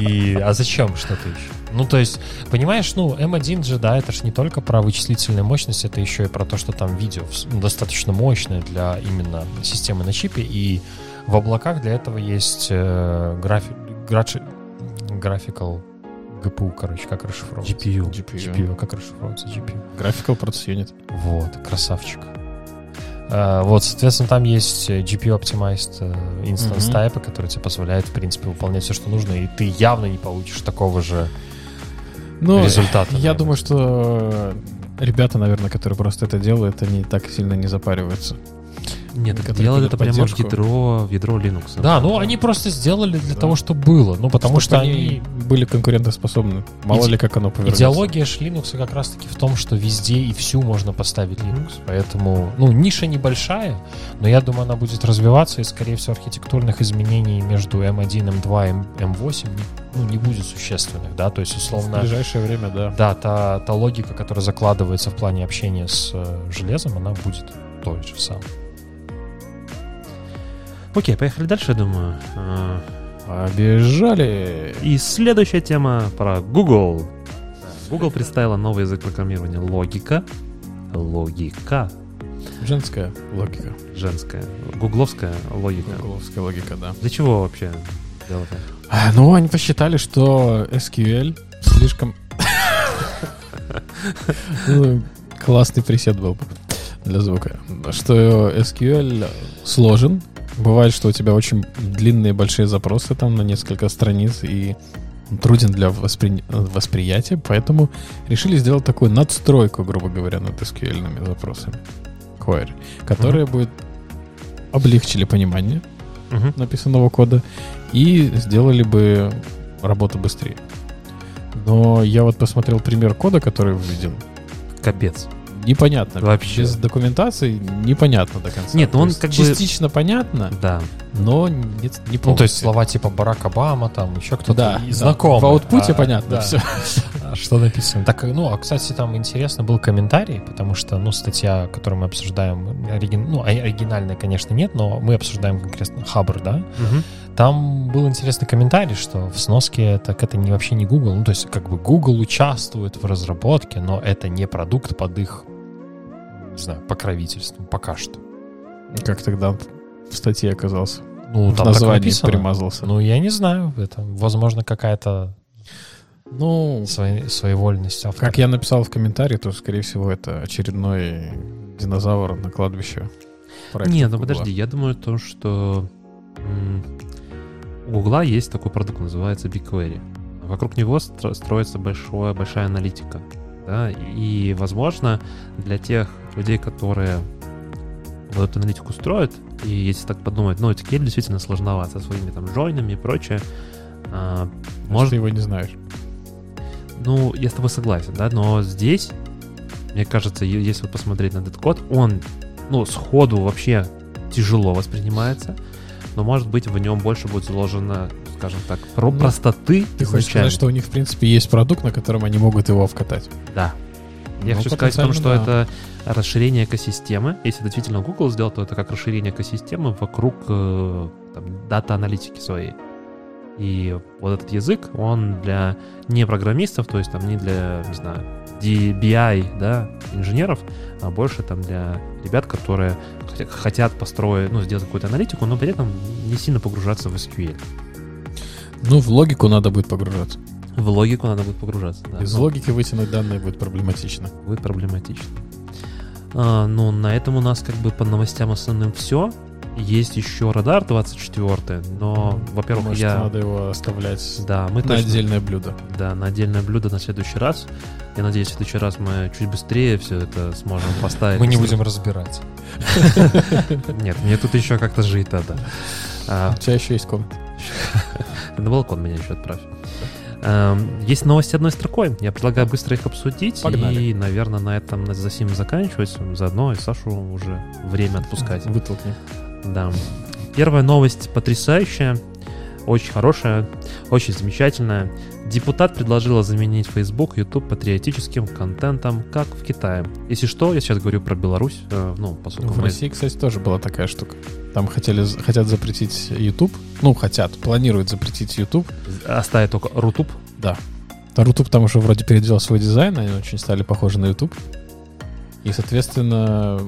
[SPEAKER 2] И, а зачем что-то еще? Ну, то есть, понимаешь, ну, M1 же, да, это же не только про вычислительную мощность, это еще и про то, что там видео вс- ну, достаточно мощное для именно системы на чипе, и в облаках для этого есть э, графи- грачи- graphical ГПУ, короче, как расшифровывается.
[SPEAKER 1] GPU.
[SPEAKER 5] GPU.
[SPEAKER 2] GPU, как расшифровывается GPU.
[SPEAKER 5] Graphical Process Unit.
[SPEAKER 2] Вот, красавчик. Э, Вот, соответственно, там есть э, GPU-optimized э, instance
[SPEAKER 5] Мгм.
[SPEAKER 2] type, который тебе позволяет, в принципе, выполнять все, что нужно, и ты явно не получишь такого же
[SPEAKER 3] Ну,
[SPEAKER 2] результата.
[SPEAKER 3] я
[SPEAKER 2] наверное.
[SPEAKER 3] думаю, что э, ребята, наверное, которые просто это делают, они так сильно не запариваются.
[SPEAKER 1] Нет, это
[SPEAKER 3] Который
[SPEAKER 1] делают
[SPEAKER 3] будет
[SPEAKER 1] это прямо в
[SPEAKER 3] поддержку.
[SPEAKER 1] ядро, в ядро Linux.
[SPEAKER 2] Да, ну они просто сделали для
[SPEAKER 3] Да.
[SPEAKER 2] того, чтобы было. Ну, потому
[SPEAKER 3] Чтоб
[SPEAKER 2] что они...
[SPEAKER 3] были конкурентоспособны. Мало
[SPEAKER 2] Иде-
[SPEAKER 3] ли как оно повернется.
[SPEAKER 2] Идеология ж Linux как раз-таки в том, что везде и всю можно поставить Linux. Поэтому, ну, ниша небольшая, но я думаю, она будет развиваться, и, скорее всего, архитектурных изменений между эм M1, M2 и M8 ну, не будет существенных, да, то есть,
[SPEAKER 3] В
[SPEAKER 2] условно...
[SPEAKER 3] ближайшее время, да.
[SPEAKER 2] Да, та, та логика, которая закладывается в плане общения с э, железом, она будет той же самой.
[SPEAKER 1] Окей, поехали дальше, я думаю. А,
[SPEAKER 3] Побежали.
[SPEAKER 1] И следующая тема про Google. Google представила новый язык программирования логика. Логика
[SPEAKER 3] Женская логика.
[SPEAKER 1] женская. Гугловская логика.
[SPEAKER 3] Гугловская логика, да.
[SPEAKER 1] Для чего вообще делать это?
[SPEAKER 3] А, Ну, они посчитали, что SQL слишком... Ну, Классный пресет был бы для звука. Что SQL сложен. Бывает, что у тебя очень длинные большие запросы там на несколько страниц и труден для воспри- восприятия, поэтому решили сделать такую надстройку, грубо говоря, над SQL-ными запросами. Query, которая будет облегчили понимание
[SPEAKER 1] Мгм.
[SPEAKER 3] написанного кода и сделали бы работу быстрее. Но я вот посмотрел пример кода, который увидел.
[SPEAKER 1] Капец.
[SPEAKER 3] Непонятно.
[SPEAKER 1] Вообще.
[SPEAKER 3] Без документации непонятно до конца.
[SPEAKER 1] Нет, ну
[SPEAKER 3] То
[SPEAKER 1] он
[SPEAKER 3] есть
[SPEAKER 1] как бы-
[SPEAKER 3] частично понятно,
[SPEAKER 1] Да.
[SPEAKER 3] но не, не
[SPEAKER 2] Ну, то есть
[SPEAKER 3] полностью.
[SPEAKER 2] слова типа Барак Обама, там еще кто-то
[SPEAKER 3] да,
[SPEAKER 2] и
[SPEAKER 3] да.
[SPEAKER 2] знакомый.
[SPEAKER 3] В аутпуте
[SPEAKER 2] А,
[SPEAKER 3] понятно
[SPEAKER 2] да.
[SPEAKER 3] все.
[SPEAKER 2] А Что написано? Так, ну, а, кстати, там интересно был комментарий, потому что, ну, статья, которую мы обсуждаем, оригин- ну, а- оригинальная, конечно, нет, но мы обсуждаем конкретно Хабр, да?
[SPEAKER 1] Мгм.
[SPEAKER 2] Там был интересный комментарий, что в сноске так это не, вообще не Google. Ну, то есть, как бы Google участвует в разработке, но это не продукт под их, не знаю, покровительством пока что.
[SPEAKER 3] Как тогда в статье оказался.
[SPEAKER 2] Ну,
[SPEAKER 3] в
[SPEAKER 2] там так
[SPEAKER 3] названии
[SPEAKER 2] написано.
[SPEAKER 3] примазался.
[SPEAKER 2] Ну, я не знаю, это, возможно, какая-то
[SPEAKER 3] Ну,
[SPEAKER 2] свои- своевольность автора.
[SPEAKER 3] как я написал в комментарии, то, скорее всего, это очередной динозавр на кладбище. Проект
[SPEAKER 1] Нет, ну
[SPEAKER 3] Гугла.
[SPEAKER 1] подожди, я думаю то, что м, у Гугла есть такой продукт, называется BigQuery. Вокруг него стро- строится большое, большая аналитика. Да? И, возможно, для тех людей, которые вот эту аналитику строят, и если так подумать, ну, TKL действительно сложновато со своими там джойнами и прочее. а,
[SPEAKER 3] Потому что
[SPEAKER 1] может,
[SPEAKER 3] Ты его не знаешь.
[SPEAKER 1] ну, я с тобой согласен, да, но здесь, мне кажется, е- если вот посмотреть на этот код, он, ну, сходу вообще тяжело воспринимается, но, может быть, в нем больше будет заложено, скажем так, про
[SPEAKER 3] Ну,
[SPEAKER 1] простоты
[SPEAKER 3] Ты хочешь
[SPEAKER 1] изначально.
[SPEAKER 3] сказать, что у них, в принципе, есть продукт, на котором они могут его вкатать?
[SPEAKER 1] Да. Я
[SPEAKER 3] Ну,
[SPEAKER 1] хочу сказать о том, что
[SPEAKER 3] потенциально, да.
[SPEAKER 1] это расширение экосистемы. Если действительно Google сделал, то это как расширение экосистемы вокруг э, там, дата-аналитики своей. И вот этот язык, он для не программистов, то есть там не для, не знаю, DBI, да, инженеров, а больше там для ребят, которые хот- хотят построить, ну, сделать какую-то аналитику, но при этом не сильно погружаться в SQL.
[SPEAKER 3] Ну, в логику надо будет погружаться.
[SPEAKER 1] В логику надо будет погружаться. Да.
[SPEAKER 3] Из
[SPEAKER 1] Ну,
[SPEAKER 3] логики вытянуть данные будет проблематично.
[SPEAKER 1] будет проблематично. А, ну, на этом у нас как бы по новостям основным все. Есть еще радар 24, но, во-первых,
[SPEAKER 3] Может,
[SPEAKER 1] я...
[SPEAKER 3] надо его оставлять
[SPEAKER 1] Да, мы
[SPEAKER 3] на
[SPEAKER 1] точно-
[SPEAKER 3] отдельное блюдо.
[SPEAKER 1] Да, на отдельное блюдо на следующий раз. Я надеюсь, в следующий раз мы чуть быстрее все это сможем поставить.
[SPEAKER 2] Мы не будем разбирать.
[SPEAKER 1] Нет, мне тут еще как-то жить надо. А,
[SPEAKER 3] У тебя еще есть комната.
[SPEAKER 1] на балкон меня еще отправь. Эм, Есть новости одной строкой. Я предлагаю быстро их обсудить.
[SPEAKER 3] Погнали.
[SPEAKER 1] И, наверное, на этом на- за сим заканчивать. Заодно и Сашу уже время отпускать.
[SPEAKER 3] Вытолкни.
[SPEAKER 1] Да. Первая новость потрясающая, очень хорошая, очень замечательная. Депутат предложила заменить Facebook, YouTube патриотическим контентом, как в Китае. Если что, я сейчас говорю про Беларусь, э, ну, поскольку
[SPEAKER 3] В
[SPEAKER 1] мы-
[SPEAKER 3] России, кстати, тоже была такая штука. Там хотели, хотят запретить YouTube. Ну, хотят, планируют запретить YouTube.
[SPEAKER 1] оставить только Рутуб.
[SPEAKER 3] Да, Рутуб там уже вроде переделал свой дизайн, они очень стали похожи на YouTube. И, соответственно,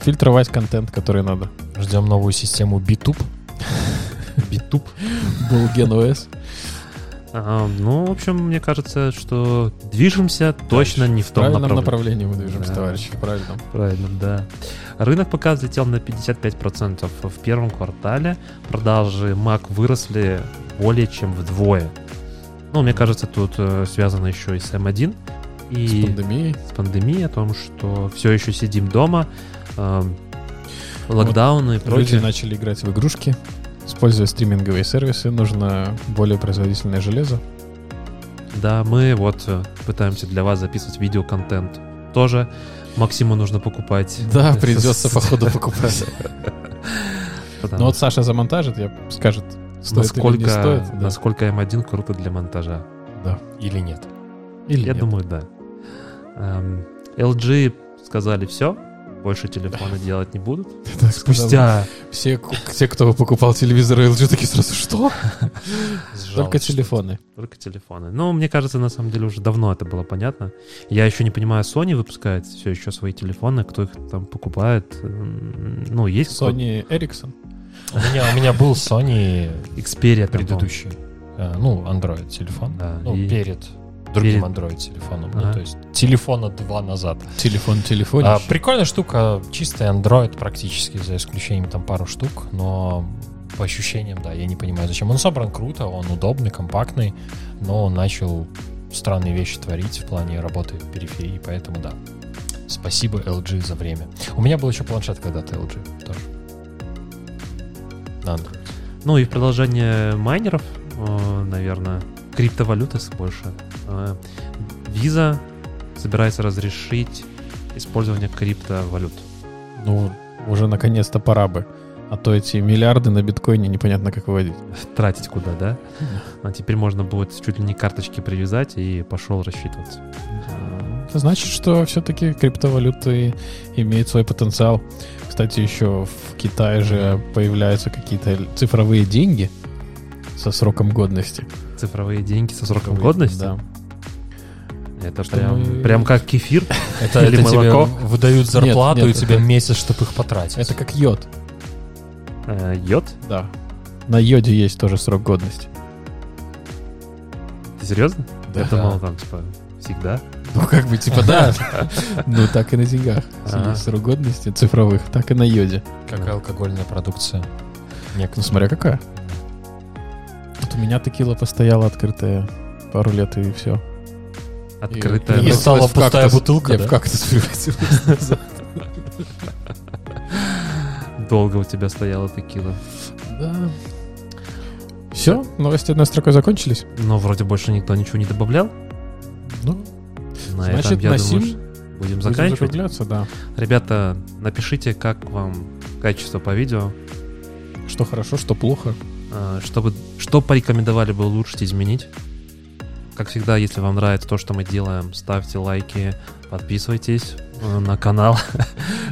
[SPEAKER 3] фильтровать контент, который надо.
[SPEAKER 2] Ждем новую систему Битуп.
[SPEAKER 1] Битуб.
[SPEAKER 3] Был Ген OS.
[SPEAKER 1] А, ну, в общем, мне кажется, что движемся точно не в
[SPEAKER 3] В
[SPEAKER 1] том
[SPEAKER 3] правильном
[SPEAKER 1] направлении.
[SPEAKER 3] направлении мы движемся,
[SPEAKER 1] Да.
[SPEAKER 3] товарищи, в правильном.
[SPEAKER 1] Правильно, да. Рынок пока взлетел на 55% в первом квартале. Продажи Mac выросли более чем вдвое. Ну, мне кажется, тут э, связано еще и с M1,
[SPEAKER 3] С
[SPEAKER 1] и
[SPEAKER 3] пандемией.
[SPEAKER 1] с пандемией, о том, что все еще сидим дома, эм, локдауны и
[SPEAKER 3] Люди
[SPEAKER 1] прочее.
[SPEAKER 3] начали играть в игрушки. Используя стриминговые сервисы, нужно более производительное железо.
[SPEAKER 1] Да, мы вот э, пытаемся для вас записывать видеоконтент тоже. Максиму нужно покупать.
[SPEAKER 3] Да, придется, походу, покупать.
[SPEAKER 1] потому
[SPEAKER 3] Но вот Саша замонтажит, я скажет,
[SPEAKER 1] что
[SPEAKER 3] стоит или не
[SPEAKER 1] насколько,
[SPEAKER 3] стоит. да.
[SPEAKER 1] насколько M1 круто для монтажа.
[SPEAKER 2] Или нет?
[SPEAKER 3] Или
[SPEAKER 1] Я
[SPEAKER 3] нет.
[SPEAKER 1] думаю, да. Эм, LG сказали все, больше телефоны делать не будут.
[SPEAKER 3] Так сказал.
[SPEAKER 1] Спустя,
[SPEAKER 3] Все, ку- те, кто покупал телевизор LG, такие сразу, что? Только
[SPEAKER 2] Жалость.
[SPEAKER 3] телефоны.
[SPEAKER 1] только телефоны. Ну, мне кажется, на самом деле уже давно это было понятно. Я еще не понимаю, Sony выпускает все еще свои телефоны, кто их там покупает. М, Ну, есть какой-то
[SPEAKER 3] Sony Ericsson.
[SPEAKER 2] У меня, у меня был Sony
[SPEAKER 1] Xperia там,
[SPEAKER 2] предыдущий. э, Ну, Android телефон.
[SPEAKER 1] Да,
[SPEAKER 2] Ну,
[SPEAKER 1] и-
[SPEAKER 2] перед другим
[SPEAKER 1] перед-
[SPEAKER 2] Android телефоном.
[SPEAKER 1] Ага.
[SPEAKER 2] Ну, то есть телефона два назад.
[SPEAKER 3] Телефон, телефон.
[SPEAKER 2] А, прикольная штука, чистый Android практически, за исключением там пару штук, но по ощущениям, да, я не понимаю, зачем. Он собран круто, он удобный, компактный, но он начал странные вещи творить в плане работы периферии, поэтому да. Спасибо LG за время. У меня был еще планшет когда-то LG тоже. На Android.
[SPEAKER 1] Ну и в продолжение майнеров, э, наверное, криптовалюты с- больше. Э, Visa собирается разрешить использование криптовалют.
[SPEAKER 3] Ну, уже наконец-то пора бы. А то эти миллиарды на биткоине непонятно как выводить.
[SPEAKER 1] тратить куда, да? А теперь можно будет чуть ли не карточки привязать и пошел рассчитываться.
[SPEAKER 3] Это значит, что все-таки криптовалюты имеют свой потенциал. Кстати, еще в Китае же появляются какие-то цифровые деньги со сроком годности.
[SPEAKER 1] Цифровые деньги со сроком годности?
[SPEAKER 3] Да.
[SPEAKER 1] Это
[SPEAKER 3] Что
[SPEAKER 1] прям,
[SPEAKER 3] мы-
[SPEAKER 1] прям как кефир.
[SPEAKER 2] Это,
[SPEAKER 1] Или
[SPEAKER 2] это тебе
[SPEAKER 1] молоко.
[SPEAKER 2] выдают зарплату
[SPEAKER 3] нет,
[SPEAKER 2] и тебе
[SPEAKER 3] это-
[SPEAKER 2] месяц, чтобы их потратить.
[SPEAKER 3] Это как йод.
[SPEAKER 1] Э, Йод?
[SPEAKER 3] Да. На йоде есть тоже срок годности.
[SPEAKER 1] Ты серьезно?
[SPEAKER 3] Да.
[SPEAKER 1] Я думал, там, типа, всегда.
[SPEAKER 3] Ну, как бы, типа, да. Ну, так и на деньгах.
[SPEAKER 1] Ага.
[SPEAKER 3] Есть срок годности цифровых, так и на йоде.
[SPEAKER 2] как алкогольная продукция.
[SPEAKER 3] Ну, смотря какая. Вот у меня текила постояла открытая пару лет и все.
[SPEAKER 1] Открытая.
[SPEAKER 2] и-
[SPEAKER 1] ну,
[SPEAKER 2] стала пустая бутылка,
[SPEAKER 3] Я
[SPEAKER 2] да?
[SPEAKER 3] в кактус превратилась.
[SPEAKER 1] Долго у тебя стояла текила.
[SPEAKER 3] Да. Все, новости одной строкой закончились.
[SPEAKER 1] Но вроде больше никто ничего не добавлял.
[SPEAKER 3] Ну,
[SPEAKER 1] На
[SPEAKER 3] Значит,
[SPEAKER 1] этом, я
[SPEAKER 3] на
[SPEAKER 1] думаю,
[SPEAKER 3] сим
[SPEAKER 1] ш- будем заканчивать.
[SPEAKER 3] закругляться, да.
[SPEAKER 1] Ребята, напишите, как вам качество по видео.
[SPEAKER 3] Что хорошо, что плохо.
[SPEAKER 1] Э, Что, бы, что порекомендовали бы улучшить, изменить? Как всегда, если вам нравится то, что мы делаем, ставьте лайки, подписывайтесь э, на канал.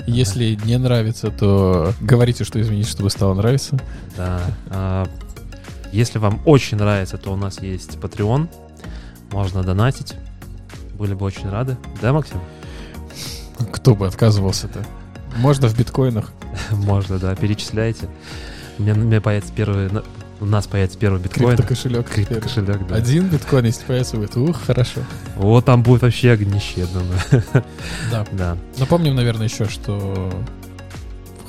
[SPEAKER 3] Если не нравится, то говорите, что изменить, чтобы стало нравиться.
[SPEAKER 1] Да. А, Если вам очень нравится, то у нас есть Patreon. Можно донатить. Были бы очень рады. Да, Максим?
[SPEAKER 3] Кто бы отказывался-то? Можно в биткоинах.
[SPEAKER 1] Можно, да. Перечисляйте. У меня, у меня появится первый... на- У нас появится первый биткоин.
[SPEAKER 3] Криптокошелек.
[SPEAKER 1] Криптокошелек, да.
[SPEAKER 3] Один биткоин, если появится, будет. Ух, хорошо.
[SPEAKER 1] Вот там будет вообще огнище, я думаю.
[SPEAKER 3] Да.
[SPEAKER 1] Да.
[SPEAKER 3] Напомним, наверное, еще, что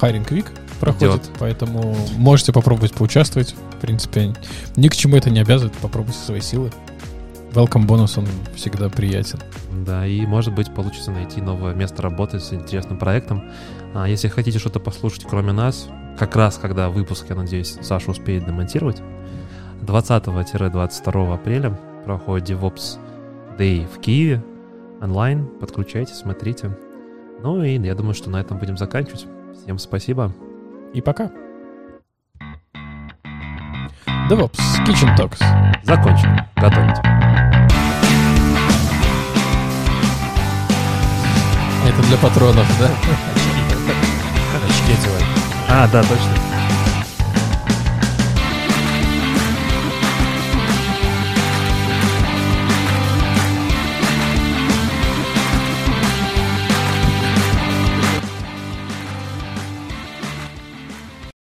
[SPEAKER 3] Hiring Week проходит,
[SPEAKER 1] Идет.
[SPEAKER 3] поэтому можете попробовать поучаствовать. В принципе, ни к чему это не обязывает. Попробуйте свои силы. Welcome бонус, он всегда приятен.
[SPEAKER 1] Да, и может быть получится найти новое место работы с интересным проектом. А если хотите что-то послушать, кроме нас, как раз когда выпуск, я надеюсь, Саша успеет демонтировать, 20-22 апреля проходит DevOps Day в Киеве онлайн. Подключайтесь, смотрите. Ну и я думаю, что на этом будем заканчивать. Всем спасибо.
[SPEAKER 3] И пока. DevOps, Kitchen Talks.
[SPEAKER 1] Закончили. Готовить.
[SPEAKER 3] Это для патронов, да?
[SPEAKER 2] Очки одевай.
[SPEAKER 1] А, да, точно.